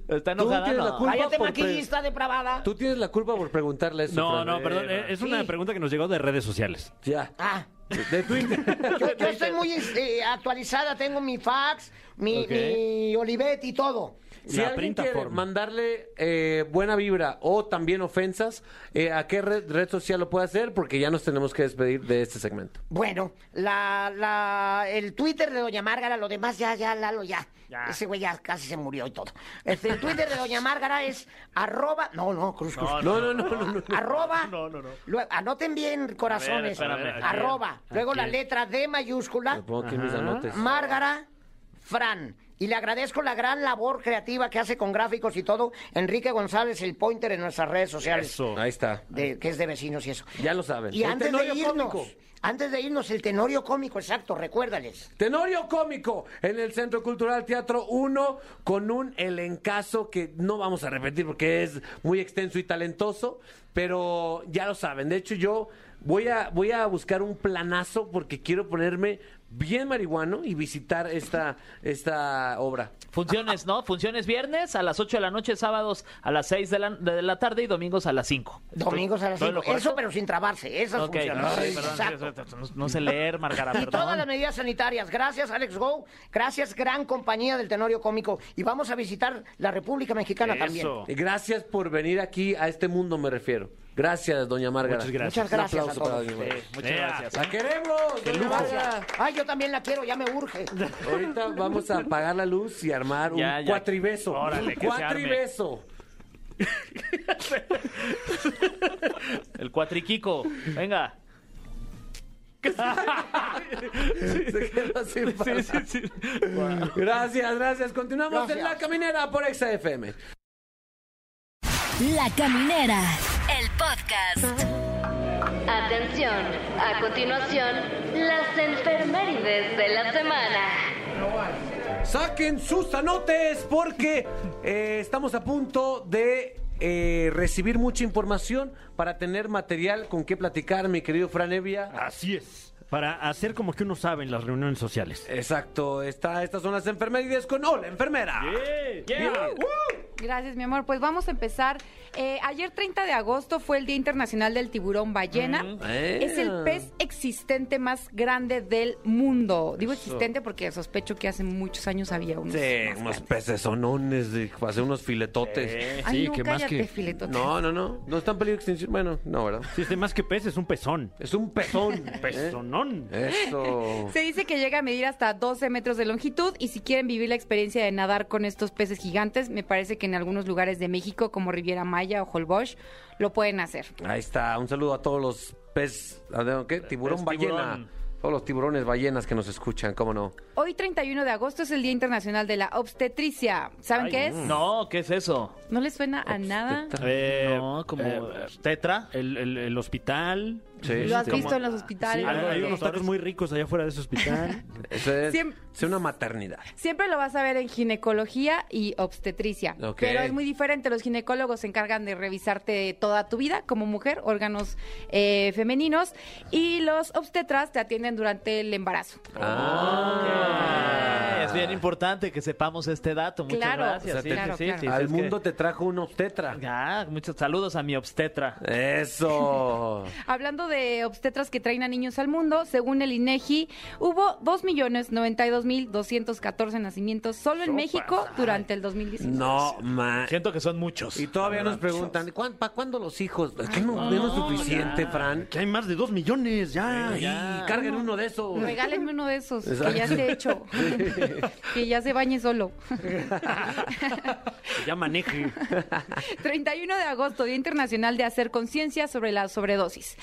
Está Tú enojada, tienes la no. culpa Cállate, por maquillista depravada. Tú tienes la culpa por preguntarle eso. No, Fran. no, perdón. Problema. eh, Es una Sí. pregunta que nos llegó de redes sociales. Ya. Ah. De Twitter. Yo, yo estoy muy este, actualizada, tengo mi fax, mi, Ok. mi Olivetti y todo. Si La alguien printa quiere form. mandarle eh, buena vibra o también ofensas, eh, ¿a qué red, red social lo puede hacer? Porque ya nos tenemos que despedir de este segmento. Bueno, la, la, el Twitter de Doña Márgara, lo demás ya, ya, Lalo, ya. Ya. Ese güey ya casi se murió y todo. Este, el Twitter de Doña Márgara es arroba... No, no, Cruz Cruz. No, no, no, no. no. Arroba. No, no, no. lue- anoten bien, corazones. espérame, aquí. arroba. Luego la letra D mayúscula. Me pongo aquí mis anotes. Márgara Fran. Y le agradezco la gran labor creativa que hace con gráficos y todo Enrique González, el pointer en nuestras redes sociales. Ahí está. de- que es de vecinos y eso. Ya lo saben. Y El antes de Tenorio irnos, Cómico. antes de irnos, el tenorio cómico, exacto, recuérdales. Tenorio Cómico en el Centro Cultural Teatro 1 con un elencazo que no vamos a repetir porque es muy extenso y talentoso, pero ya lo saben. De hecho, yo voy a, voy a buscar un planazo porque quiero ponerme bien marihuano y visitar esta, esta obra. Funciones, ¿no? Funciones viernes a las 8 de la noche, sábados a las 6 de la, de la tarde y domingos a las 5. Domingos a las ¿Todo lo 5. correcto? Eso, pero sin trabarse. Esas Ok, funciones. no, sí, Ay, perdón, exacto. sí, no- no sé leer, Margarita, Y todas las perdón. Eh, medidas sanitarias. Gracias, Alex Go. Gracias, gran compañía del Tenorio Cómico. Y vamos a visitar la República Mexicana también. Oh. Eso. Y Gracias por venir aquí a este mundo, me refiero. Gracias, doña Margarita. Muchas gracias. Muchas gracias Un a aplauso para todos. doña Márgara. Muchas Ea. gracias. ¿eh? ¡La queremos, doña Márgara! Ay, yo también la quiero, ya me urge. Ahorita vamos a apagar la luz y armar un Ya, ya. cuatribeso. un Órale, que se arme. cuatribeso. El cuatriquico. Venga. Se quedó sin palabras. Gracias, gracias. Continuamos en La Caminera por Exa FM. La Caminera, el podcast. Atención, a continuación, las enfermerides de la semana. Saquen sus anotes porque eh, estamos a punto de eh, recibir mucha información para tener material con qué platicar, mi querido Fran Evia. Así es. Para hacer como que uno sabe en las reuniones sociales. Exacto, está, estas son las enfermerías con Hola, enfermera. Yeah. Gracias, mi amor. Pues vamos a empezar. Eh, ayer, 30 de agosto, fue el Día Internacional del Tiburón Ballena. Eh. Es el pez existente más grande del mundo. Digo existente porque sospecho que hace muchos años había uno. Sí, unos peces sonones, hacer unos filetotes. Ay, Sí, no, que más cállate, que- filetote. No, no, no. No está en peligro de extinción. Bueno, no, ¿verdad? Si es de este, más que pez, es un pezón. Es un pezón. Pezonón. ¿eh? Eso. Se dice que llega a medir hasta 12 metros de longitud y si quieren vivir la experiencia de nadar con estos peces gigantes, me parece que en algunos lugares de México, como Riviera Maya o Holbox, lo pueden hacer. Ahí está. Un saludo a todos los pez. ¿a de- ¿Qué? Tiburón Pez ballena. tiburón. Todos los tiburones ballenas que nos escuchan, ¿cómo no? Hoy, 31 de agosto, es el Día Internacional de la Obstetricia. ¿Saben Ay, qué mm. es? No, ¿qué es eso? ¿No les suena a nada? Eh, no, como eh, tetra. el, el- el hospital. Sí. Lo has como- visto en los Sí, hospitales. hay, hay porque unos tacos muy ricos allá afuera de ese hospital. Eso es, Siem- es una maternidad. Siempre lo vas a ver en ginecología y obstetricia. Ok. Pero es muy diferente. Los ginecólogos se encargan de revisarte toda tu vida como mujer, órganos eh, femeninos. Y los obstetras te atienden durante el embarazo. Ah. Eh, Es bien importante que sepamos este dato. Muchas Claro, gracias. Ah. o sea, claro, claro. es Al que- mundo te trajo un obstetra. Ah, muchos saludos a mi obstetra. Eso. Hablando de obstetras que traen a niños al mundo, según el INEGI, hubo 2.092.214 nacimientos solo en México durante el 2019. No, man. Siento que son muchos. Y todavía nos preguntan, ¿para cuándo los hijos? Es que no, no es suficiente, Fran. que hay más de dos millones ya. Y carguen uno de esos. Regálenme uno de esos Exacto. que ya esté hecho. que ya se bañe solo. Que ya maneje. 31 de agosto, Día Internacional de Hacer Conciencia sobre la Sobredosis.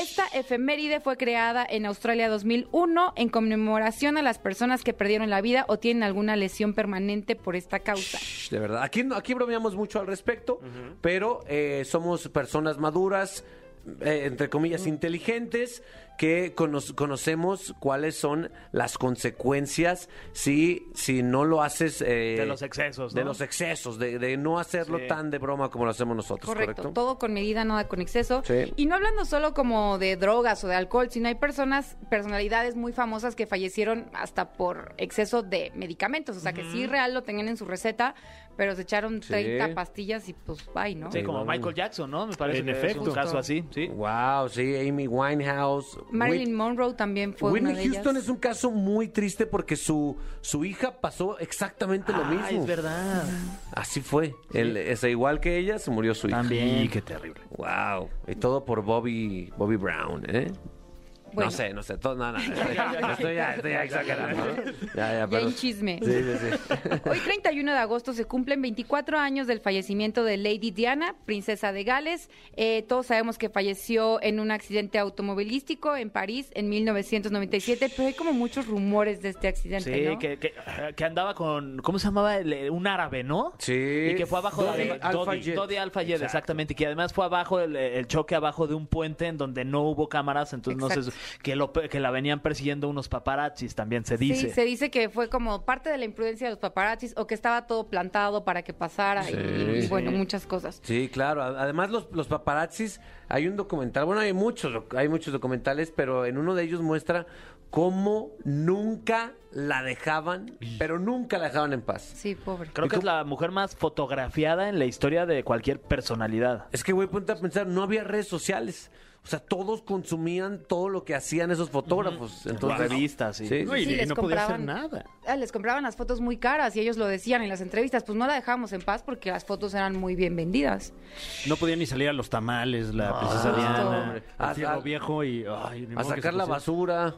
Esta efeméride fue creada en Australia 2001 en conmemoración a las personas que perdieron la vida o tienen alguna lesión permanente por esta causa. Shh, De verdad, aquí, no- aquí bromeamos mucho al respecto, pero eh, somos personas maduras, eh, entre comillas, inteligentes, que cono- conocemos cuáles son las consecuencias si, si no lo haces... eh, De los excesos, ¿no? De los excesos, de, de no hacerlo Sí. tan de broma como lo hacemos nosotros, Correcto, ¿correcto? todo con medida, nada con exceso. Sí. Y no hablando solo como de drogas o de alcohol, sino hay personas, personalidades muy famosas que fallecieron hasta por exceso de medicamentos. O sea, que sí real lo tenían en su receta, pero se echaron Sí. 30 pastillas y pues bye, ¿no? Sí, como bueno. Michael Jackson, ¿no? Me parece En que es efecto. un caso así, sí. Wow, sí, Amy Winehouse. Marilyn Whit- Monroe también fue Whitney una de Houston ellas. es un caso muy triste porque su, su hija pasó exactamente lo Ah, mismo. es verdad. Así fue. El- es igual que ella, se murió su hija. También. qué terrible. Wow. Y todo por Bobby, Bobby Brown, ¿eh? Bueno. No sé, no sé, todo, no, no, estoy, estoy ya, estoy ya exagerando. ¿no? Ya, ya, Ya pero... en chisme. Sí, sí, sí. Hoy 31 de agosto se cumplen 24 años del fallecimiento de Lady Diana, princesa de Gales. Eh, todos sabemos que falleció en un accidente automovilístico en París en 1997, pero hay como muchos rumores de este accidente, Sí, ¿no? que, que, que andaba con, ¿cómo se llamaba? El- eh, un árabe, ¿no? Sí. Y que fue abajo Dodi de Alpha Jet. Dodi Alpha Jet, Exacto. exactamente. Y que además fue abajo el, eh, el choque abajo de un puente en donde no hubo cámaras, entonces no sé, que, lo, que la venían persiguiendo unos paparazzis, también se dice. Sí, se dice que fue como parte de la imprudencia de los paparazzis o que estaba todo plantado para que pasara y- y, Sí. bueno, muchas cosas. Sí, claro. A- Además, los, los paparazzis, hay un documental, bueno, hay muchos, doc- hay muchos documentales, pero en uno de ellos muestra cómo nunca la dejaban, pero nunca la dejaban en paz. Sí, pobre. Creo que es la mujer más fotografiada en la historia de cualquier personalidad. Es que, güey, ponte a pensar, no había redes sociales. O sea, todos consumían todo lo que hacían esos fotógrafos. Entonces, Revistas, sí. Sí, No, y Sí, les no podía hacer compraban- nada. Ah, Les compraban las fotos muy caras y ellos lo decían en las entrevistas, pues no la dejábamos en paz porque las fotos eran muy bien vendidas. No podía ni salir a los tamales, la princesa justo. Diana. A- A a- fierro viejo y. ay, ni modo A que se sacar la pusiera- basura.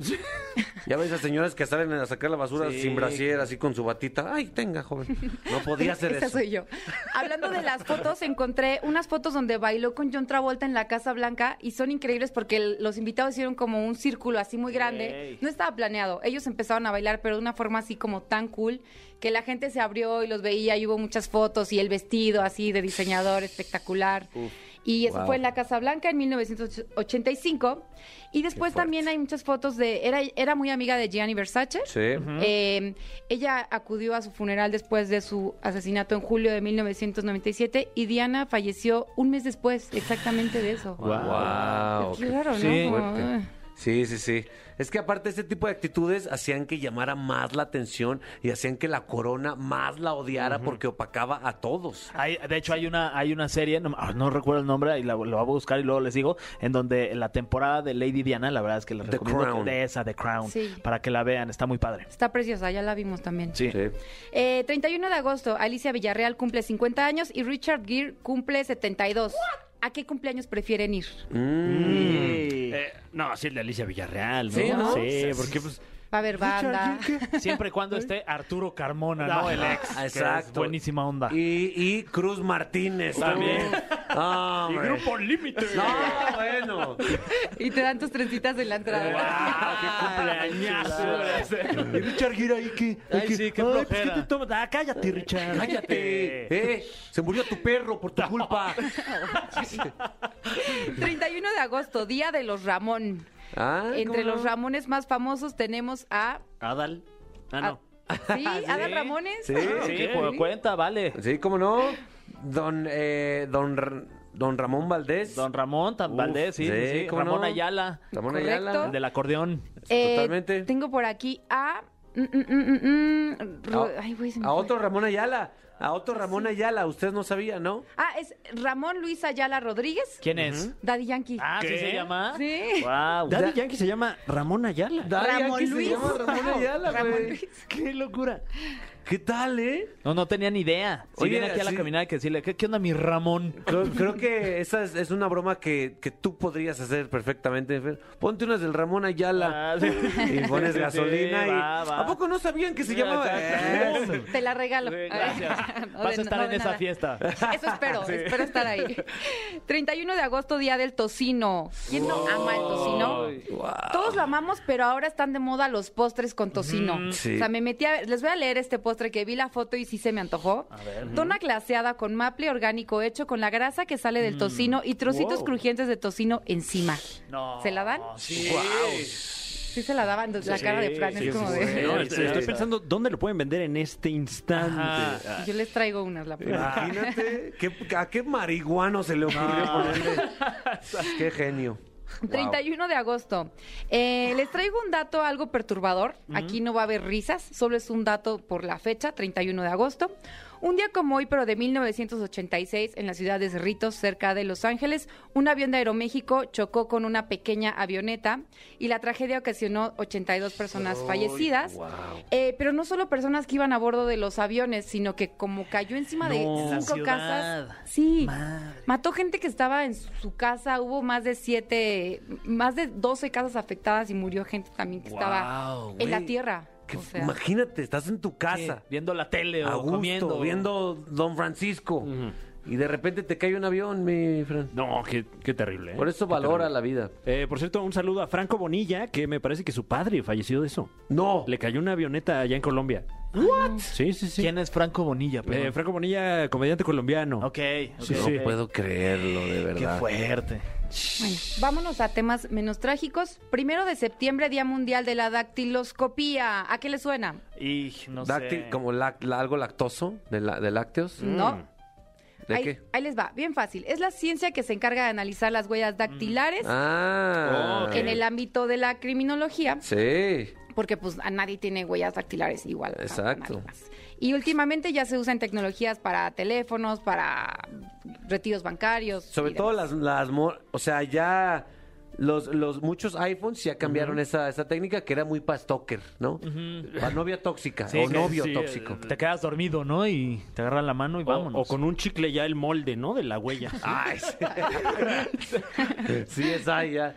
Ya ves a señoras que salen a sacar la basura Sí. sin brasier, así con su batita. Ay, tenga, joven. No podía hacer Esa eso. soy yo. Hablando de las fotos, encontré unas fotos donde bailó con John Travolta en la Casa Blanca y son increíbles porque el- los invitados hicieron como un círculo así muy grande. Ok. No estaba planeado. Ellos empezaron a bailar, pero de una forma así como tan cool que la gente se abrió y los veía y hubo muchas fotos y el vestido así de diseñador espectacular. Y eso wow. fue en la Casa Blanca en 1985. Y después también hay muchas fotos de... Era, era muy amiga de Gianni Versace. Sí. Eh, ella acudió a su funeral después de su asesinato en julio de 1997 y Diana falleció un mes después exactamente de eso. Wow. Qué raro, ¿no? Sí. Como, ah. sí, sí, sí. Es que aparte este tipo de actitudes hacían que llamara más la atención y hacían que la corona más la odiara porque opacaba a todos. Hay- de hecho, hay una, hay una serie, no, ah, no recuerdo el nombre, y la- lo voy a buscar y luego les digo, en donde la temporada de Lady Diana, la verdad es que les The recomiendo que- Crown. de esa, The Crown, Sí. para que la vean, está muy padre. Está preciosa, ya la vimos también. Sí. Sí. Eh, 31 de agosto, Alicia Villarreal cumple 50 años y Richard Gere cumple 72. ¿A qué cumpleaños prefieren ir? Eh, Mm. no, sí, el de Alicia Villarreal, ¿no? Sí, ¿no? Sí, porque pues. va a haber banda. Siempre y cuando esté Arturo Carmona, ¿no? El ex. Ah, que es exacto. buenísima onda. Y, y Cruz Martínez también. Ah, hombre. Límite. No, bueno. Y te dan tus trencitas de la entrada. ¡Ah, qué cumpleañazo! Y Richard Gira ahí que. Ay, sí, qué pues, flojera. ¿qué te tomas? Ah, cállate, Richard. Cállate. Eh, se murió tu perro por tu culpa. 31 de agosto, Día de los Ramón. Ah, Entre ¿cómo los no? Ramones más famosos tenemos a... Adal. Ah, no. ¿Sí? ¿Adal Ramones? Sí. Ah, Sí, ok. pues cuenta, vale. Sí, cómo no. Don, eh, don, R- don Ramón Valdés. Don Ramón Tan Uf, Valdés, sí, sí, sí. cómo Ramón no. Ayala, Ramón Correcto. Ayala. el del acordeón. Eh, Totalmente. Tengo por aquí a... mm, mm, mm, mm, mm, Ro- A, Ay, güey, se me a fue. otro Ramón Ayala. A otro Ramón Ayala. Usted no sabía, ¿no? Ah, es Ramón Luis Ayala Rodríguez, ¿Quién es? Daddy Yankee. Ah, ¿sí se llama? Sí. Wow. Daddy Yankee se llama Ramón Ayala. Ramón aquí se Luis. llama Ramón Ayala, Ramón güey. Luis. ¡Qué locura! ¿Qué tal, eh? No, no tenía ni idea. Si Oye, viene aquí a la sí. caminada hay que decirle, ¿qué, qué onda mi Ramón? Creo, creo que esa es, es una broma que, que tú podrías hacer perfectamente, Fer. Ponte unas del Ramón Ayala Ah, sí. y pones Sí, sí, gasolina y... va, va. ¿A poco no sabían que se Sí, llamaba? exacto. Eso. Te la regalo. Sí, gracias. No, Vas de- a estar no, en de esa nada. fiesta. Eso espero, espero estar ahí. 31 de agosto, día del tocino. ¿Quién no ama el tocino? Todos lo amamos, pero ahora están de moda los postres con tocino. sí. O sea, me metí a ver- les voy a leer este postre que vi la foto y sí se me antojó. Tona glaseada con maple orgánico hecho con la grasa que sale Mm. del tocino y trocitos crujientes de tocino encima. No. ¿Se la dan? Sí. Sí se la daban, la cara de Fran es como de- Sí, No, estoy- este- estoy pensando dónde lo pueden vender en este instante. Ah, Ajá. Yo les traigo unas la próxima. Imagínate, ¿qué- ¿a qué marihuano se le Ah. ocurrió ponerle? ¡Qué genio! 31 de agosto. Eh, les traigo un dato algo perturbador. Aquí no va a haber risas, solo es un dato por la fecha, 31 de agosto. Un día como hoy, pero de 1986, en la ciudad de Cerritos, cerca de Los Ángeles, un avión de Aeroméxico chocó con una pequeña avioneta y la tragedia ocasionó 82 personas fallecidas. Eh, pero no solo personas que iban a bordo de los aviones, sino que como cayó encima de No. La cinco ciudad. casas. Sí. Mató gente que estaba en su- su casa, hubo más de siete, más de 12 casas afectadas y murió gente también que estaba en la güey. tierra. Que- O sea, Imagínate, estás en tu casa, Viendo la tele o a gusto, comiendo. viendo Don Francisco, y de repente te cae un avión, mi Fran. No, qué, qué terrible. ¿eh? Por eso Qué valora terrible. la vida. Eh, por cierto, un saludo a Franco Bonilla, que me parece que su padre falleció de eso. ¡No! Le cayó una avioneta allá en Colombia. ¿What? Sí, sí, sí. ¿Quién es Franco Bonilla? Eh, perdón? Franco Bonilla, comediante colombiano. Ok, ok, Sí, ok. sí. No puedo creerlo, de Qué verdad. fuerte. bueno, vámonos a temas menos trágicos. Primero de septiembre, Día Mundial de la Dactiloscopía. ¿A qué le suena? Y no Dáctil- sé. como lac- la- algo lactoso, de, la- de lácteos. Mm. No. Mm. ¿De ahí, qué? ahí les va, bien fácil. Es la ciencia que se encarga de analizar las huellas dactilares Mm. Ah, en el ámbito de la criminología. sí. porque pues a nadie tiene huellas dactilares igual. a Exacto. nadie más. Y últimamente ya se usan tecnologías para teléfonos, para retiros bancarios. Sobre y todo demás. las, las mo- o sea, ya los, los muchos iPhones ya cambiaron esa, esa técnica que era muy para stalker, ¿no? Para novia tóxica Sí, o que- novio sí, tóxico. eh, Te quedas dormido, ¿no? Y te agarran la mano y O, vámonos. o con un chicle ya el molde, ¿no? De la huella. Ay, sí. sí, esa ya.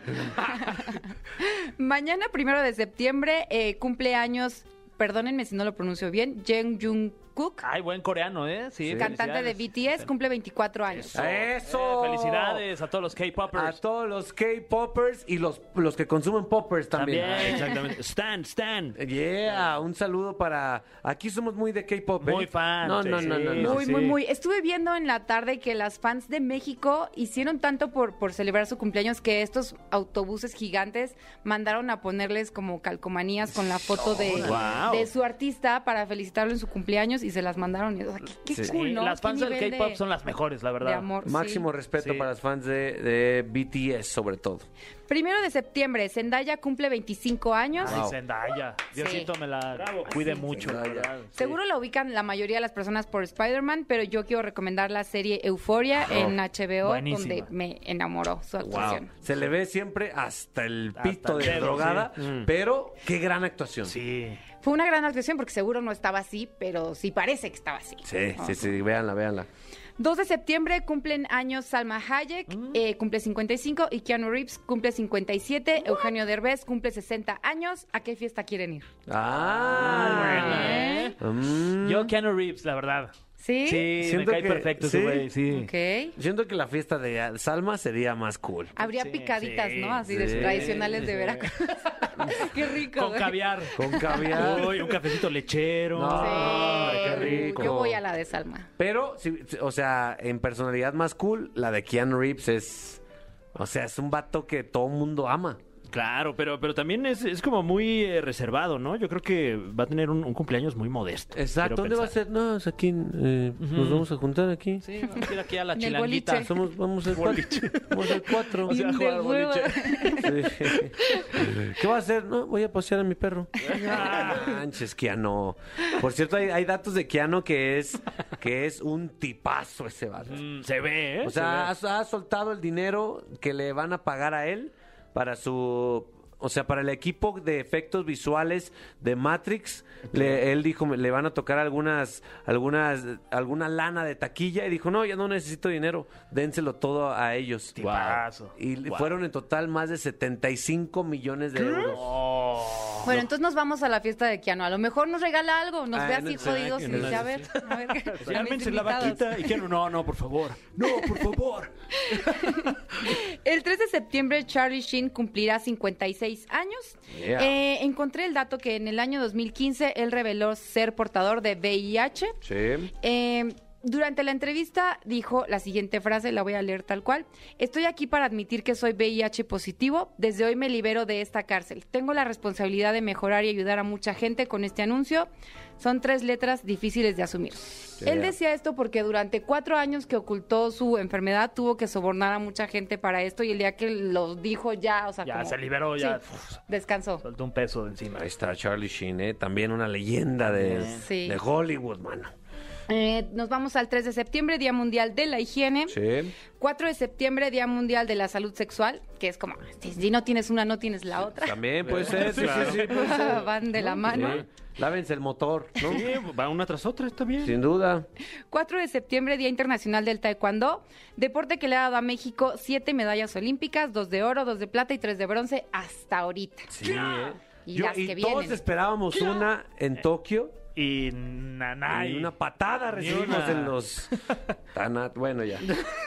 Mañana, primero de septiembre, eh, cumple años, perdónenme si no lo pronuncio bien, Jeng Jung Kook, Ah, Ay, buen coreano, ¿eh? Sí. cantante de felicidades. BTS, cumple 24 Ah, años. ¡Eso! Eh, felicidades a todos los A K-popers. todos los K-poppers y los, los que consumen poppers también. Ah, Exactamente. Stan, Stan. Yeah, un saludo para. Aquí somos muy de K-pop. ¿eh? Muy fan, No, sí, no, no, sí, no, no. Muy, muy, muy. Estuve viendo en la tarde que las fans de México hicieron tanto por, por celebrar su cumpleaños que estos autobuses gigantes mandaron a ponerles como calcomanías con la foto Oh, de, Wow. de su artista para felicitarlo en su cumpleaños y se las mandaron. Y, o sea, qué qué Sí. cool, Sí, ¿no? Las Qué fans del nivel de- K-pop son las mejores, la verdad. de amor. sí. Máximo respeto Sí. para los fans de, de BTS, sobre todo. Primero de septiembre, Zendaya cumple 25 años. Ay, Wow. Zendaya. Diosito me la cuide mucho. ¿verdad? Seguro la ubican la mayoría de las personas por Spider-Man, pero yo quiero recomendar la serie Euforia en HBO, Oh, Buenísima. donde me enamoró su actuación. Se le ve siempre hasta el Hasta pito el de dedo, Mm. drogada, pero qué gran actuación. Sí. Fue una gran actuación porque seguro no estaba así, pero sí parece que estaba así. Sí, sí, sí, véanla, véanla. 2 de septiembre cumplen años Salma Hayek, Mm. eh, cumple 55, y Keanu Reeves cumple 57, Eugenio Derbez cumple 60 años. ¿A qué fiesta quieren ir? Ah, ¿Eh? Yo, Keanu Reeves, la verdad. ¿Sí? Sí, Siento me cae que- perfecto ese sí. güey, sí. Ok. siento que la fiesta de ah, Salma sería más cool. Habría Sí, picaditas, sí, ¿no? Así de sí. tradicionales de Veracruz. qué rico. Con güey. caviar. Con caviar. Uy, un cafecito lechero. No. Ay, qué Uy, rico. Yo voy a la de Salma. Pero, sí, sí, o sea, en personalidad más cool, la de Keanu Reeves es. O sea, es un vato que todo mundo ama. Claro, pero, pero también es, es como muy eh, reservado, ¿no? Yo creo que va a tener un, un cumpleaños muy modesto. Exacto. quiero ¿Dónde va a pensar. ser? No, es aquí. eh, Nos vamos a juntar aquí. Ah, Sí, vamos a ir aquí a la En el chilanguita. boliche. Somos, vamos a ser cuatro. Vamos a ser cuatro. O sea, De jugar hueva. boliche. Sí. ¿Qué va a hacer? No, voy a pasear a mi perro. Ah, Manches, Keanu. Por cierto, hay, hay datos de Keanu que es, que es un tipazo ese vato. Se ve, ¿eh? O sea, ha, ha soltado el dinero que le van a pagar a él para su... O sea, para el equipo de efectos visuales de Matrix, le- él dijo, le van a tocar algunas, algunas, alguna lana de taquilla y dijo, no, ya no necesito dinero, dénselo todo a ellos. Tipazo. Y le- Wow. fueron en total más de 75 millones de euros. Bueno, entonces nos vamos a la fiesta de Keanu. A lo mejor nos regala algo. Nos Ah, ve no así sé, jodidos que y no dice, a sé. ver, a ver. Sí, ármense mis la invitados. vaquita y quiero, no, no, por favor. No, por favor. El 3 de septiembre Charlie Sheen cumplirá 56 años. Yeah. Eh, encontré el dato que en el año 2015 él reveló ser portador de VIH. Sí. Eh, durante la entrevista dijo la siguiente frase, la voy a leer tal cual. Estoy aquí para admitir que soy VIH positivo. Desde hoy me libero de esta cárcel. Tengo la responsabilidad de mejorar y ayudar a mucha gente con este anuncio. Son tres letras difíciles de asumir. Él decía esto porque durante cuatro años que ocultó su enfermedad tuvo que sobornar a mucha gente para esto y el día que lo dijo ya, o sea, Ya como- se liberó, ya Sí, uf, descansó. soltó un peso de encima. Ahí está Charlie Sheen, ¿eh? también una leyenda de, Sí. de Hollywood, mano. Eh, nos vamos al 3 de septiembre, Día Mundial de la Higiene. Sí. 4 de septiembre, Día Mundial de la Salud Sexual, que es como, si, si no tienes una, no tienes la otra. También puede ser, sí, sí, sí, puede ser. Van de la mano. Sí. Lávense el motor, ¿no? Sí, va una tras otra, está bien. Sin duda. 4 de septiembre, Día Internacional del Taekwondo, deporte que le ha dado a México siete medallas olímpicas, dos de oro, dos de plata y tres de bronce hasta ahorita. Sí, ¿eh? Y Yo- las que todos vienen. esperábamos una en Tokio. Y nanay. Y una patada recibimos una. en los... Tana- Bueno, ya.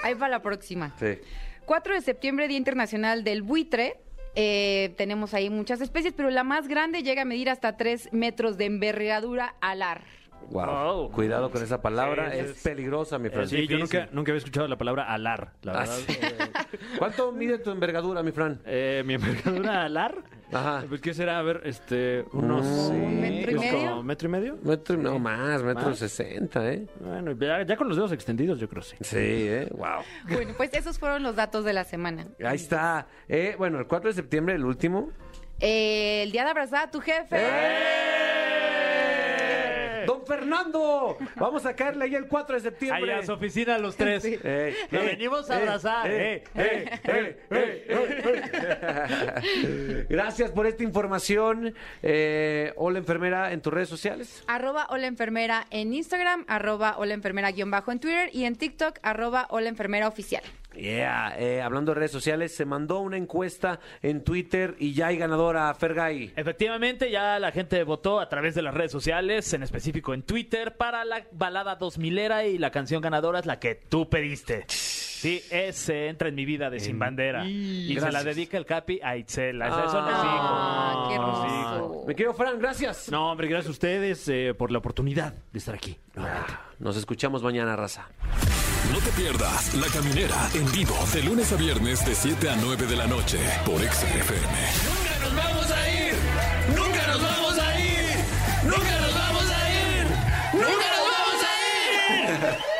Ahí va la próxima. Sí. 4 de septiembre, Día Internacional del Buitre. Eh, tenemos ahí muchas especies, pero la más grande llega a medir hasta 3 metros de envergadura alar. Wow. Wow. Cuidado con esa palabra. Sí, es, es- peligrosa, mi Fran. Sí, yo nunca, nunca había escuchado la palabra alar, la Ah, verdad. sí. ¿Cuánto mide tu envergadura, mi Fran? Eh, mi envergadura alar. Ajá. Pues, ¿qué será? A ver, este, unos... ¿Un metro y pues, medio? como ¿Metro y medio? Metro, no más, metro ¿Más? sesenta, ¿eh? Bueno, ya, ya con los dedos extendidos, yo creo, sí. Sí, ¿eh? Wow. Bueno, pues esos fueron los datos de la semana. Ahí está. Eh, bueno, el 4 de septiembre, el último. Eh, el día de abrazar a tu jefe. Eh. ¡Don Fernando! Vamos a caerle ahí el 4 de septiembre. Ahí a su oficina los tres. Eh, Lo eh, venimos a eh, abrazar. eh, eh, eh, eh, eh, eh. Gracias por esta información. Eh, hola, enfermera, en tus redes sociales. Arroba hola enfermera en Instagram, arroba hola enfermera guión bajo en Twitter y en TikTok, arroba hola enfermera oficial. Yeah, eh, hablando de redes sociales, se mandó una encuesta en Twitter y ya hay ganadora, Fergay. Efectivamente, ya la gente votó a través de las redes sociales, en específico en Twitter, para la balada 2000 era y la canción ganadora es la que tú pediste. Sí, es eh, Entra en mi vida de Sin Bandera. Y se la Gracias. dedica el Capi a Itzela. Esos son los Ah, qué hijos. hermoso. Me quiero, Fran, gracias. No, hombre, gracias a ustedes eh, por la oportunidad de estar aquí. nuevamente. Ah, Nos escuchamos mañana, raza. No te pierdas La Caminera en vivo de lunes a viernes de 7 a 9 de la noche por XFM. Nunca nos vamos a ir. Nunca nos vamos a ir. Nunca nos vamos a ir. Nunca nos vamos a ir.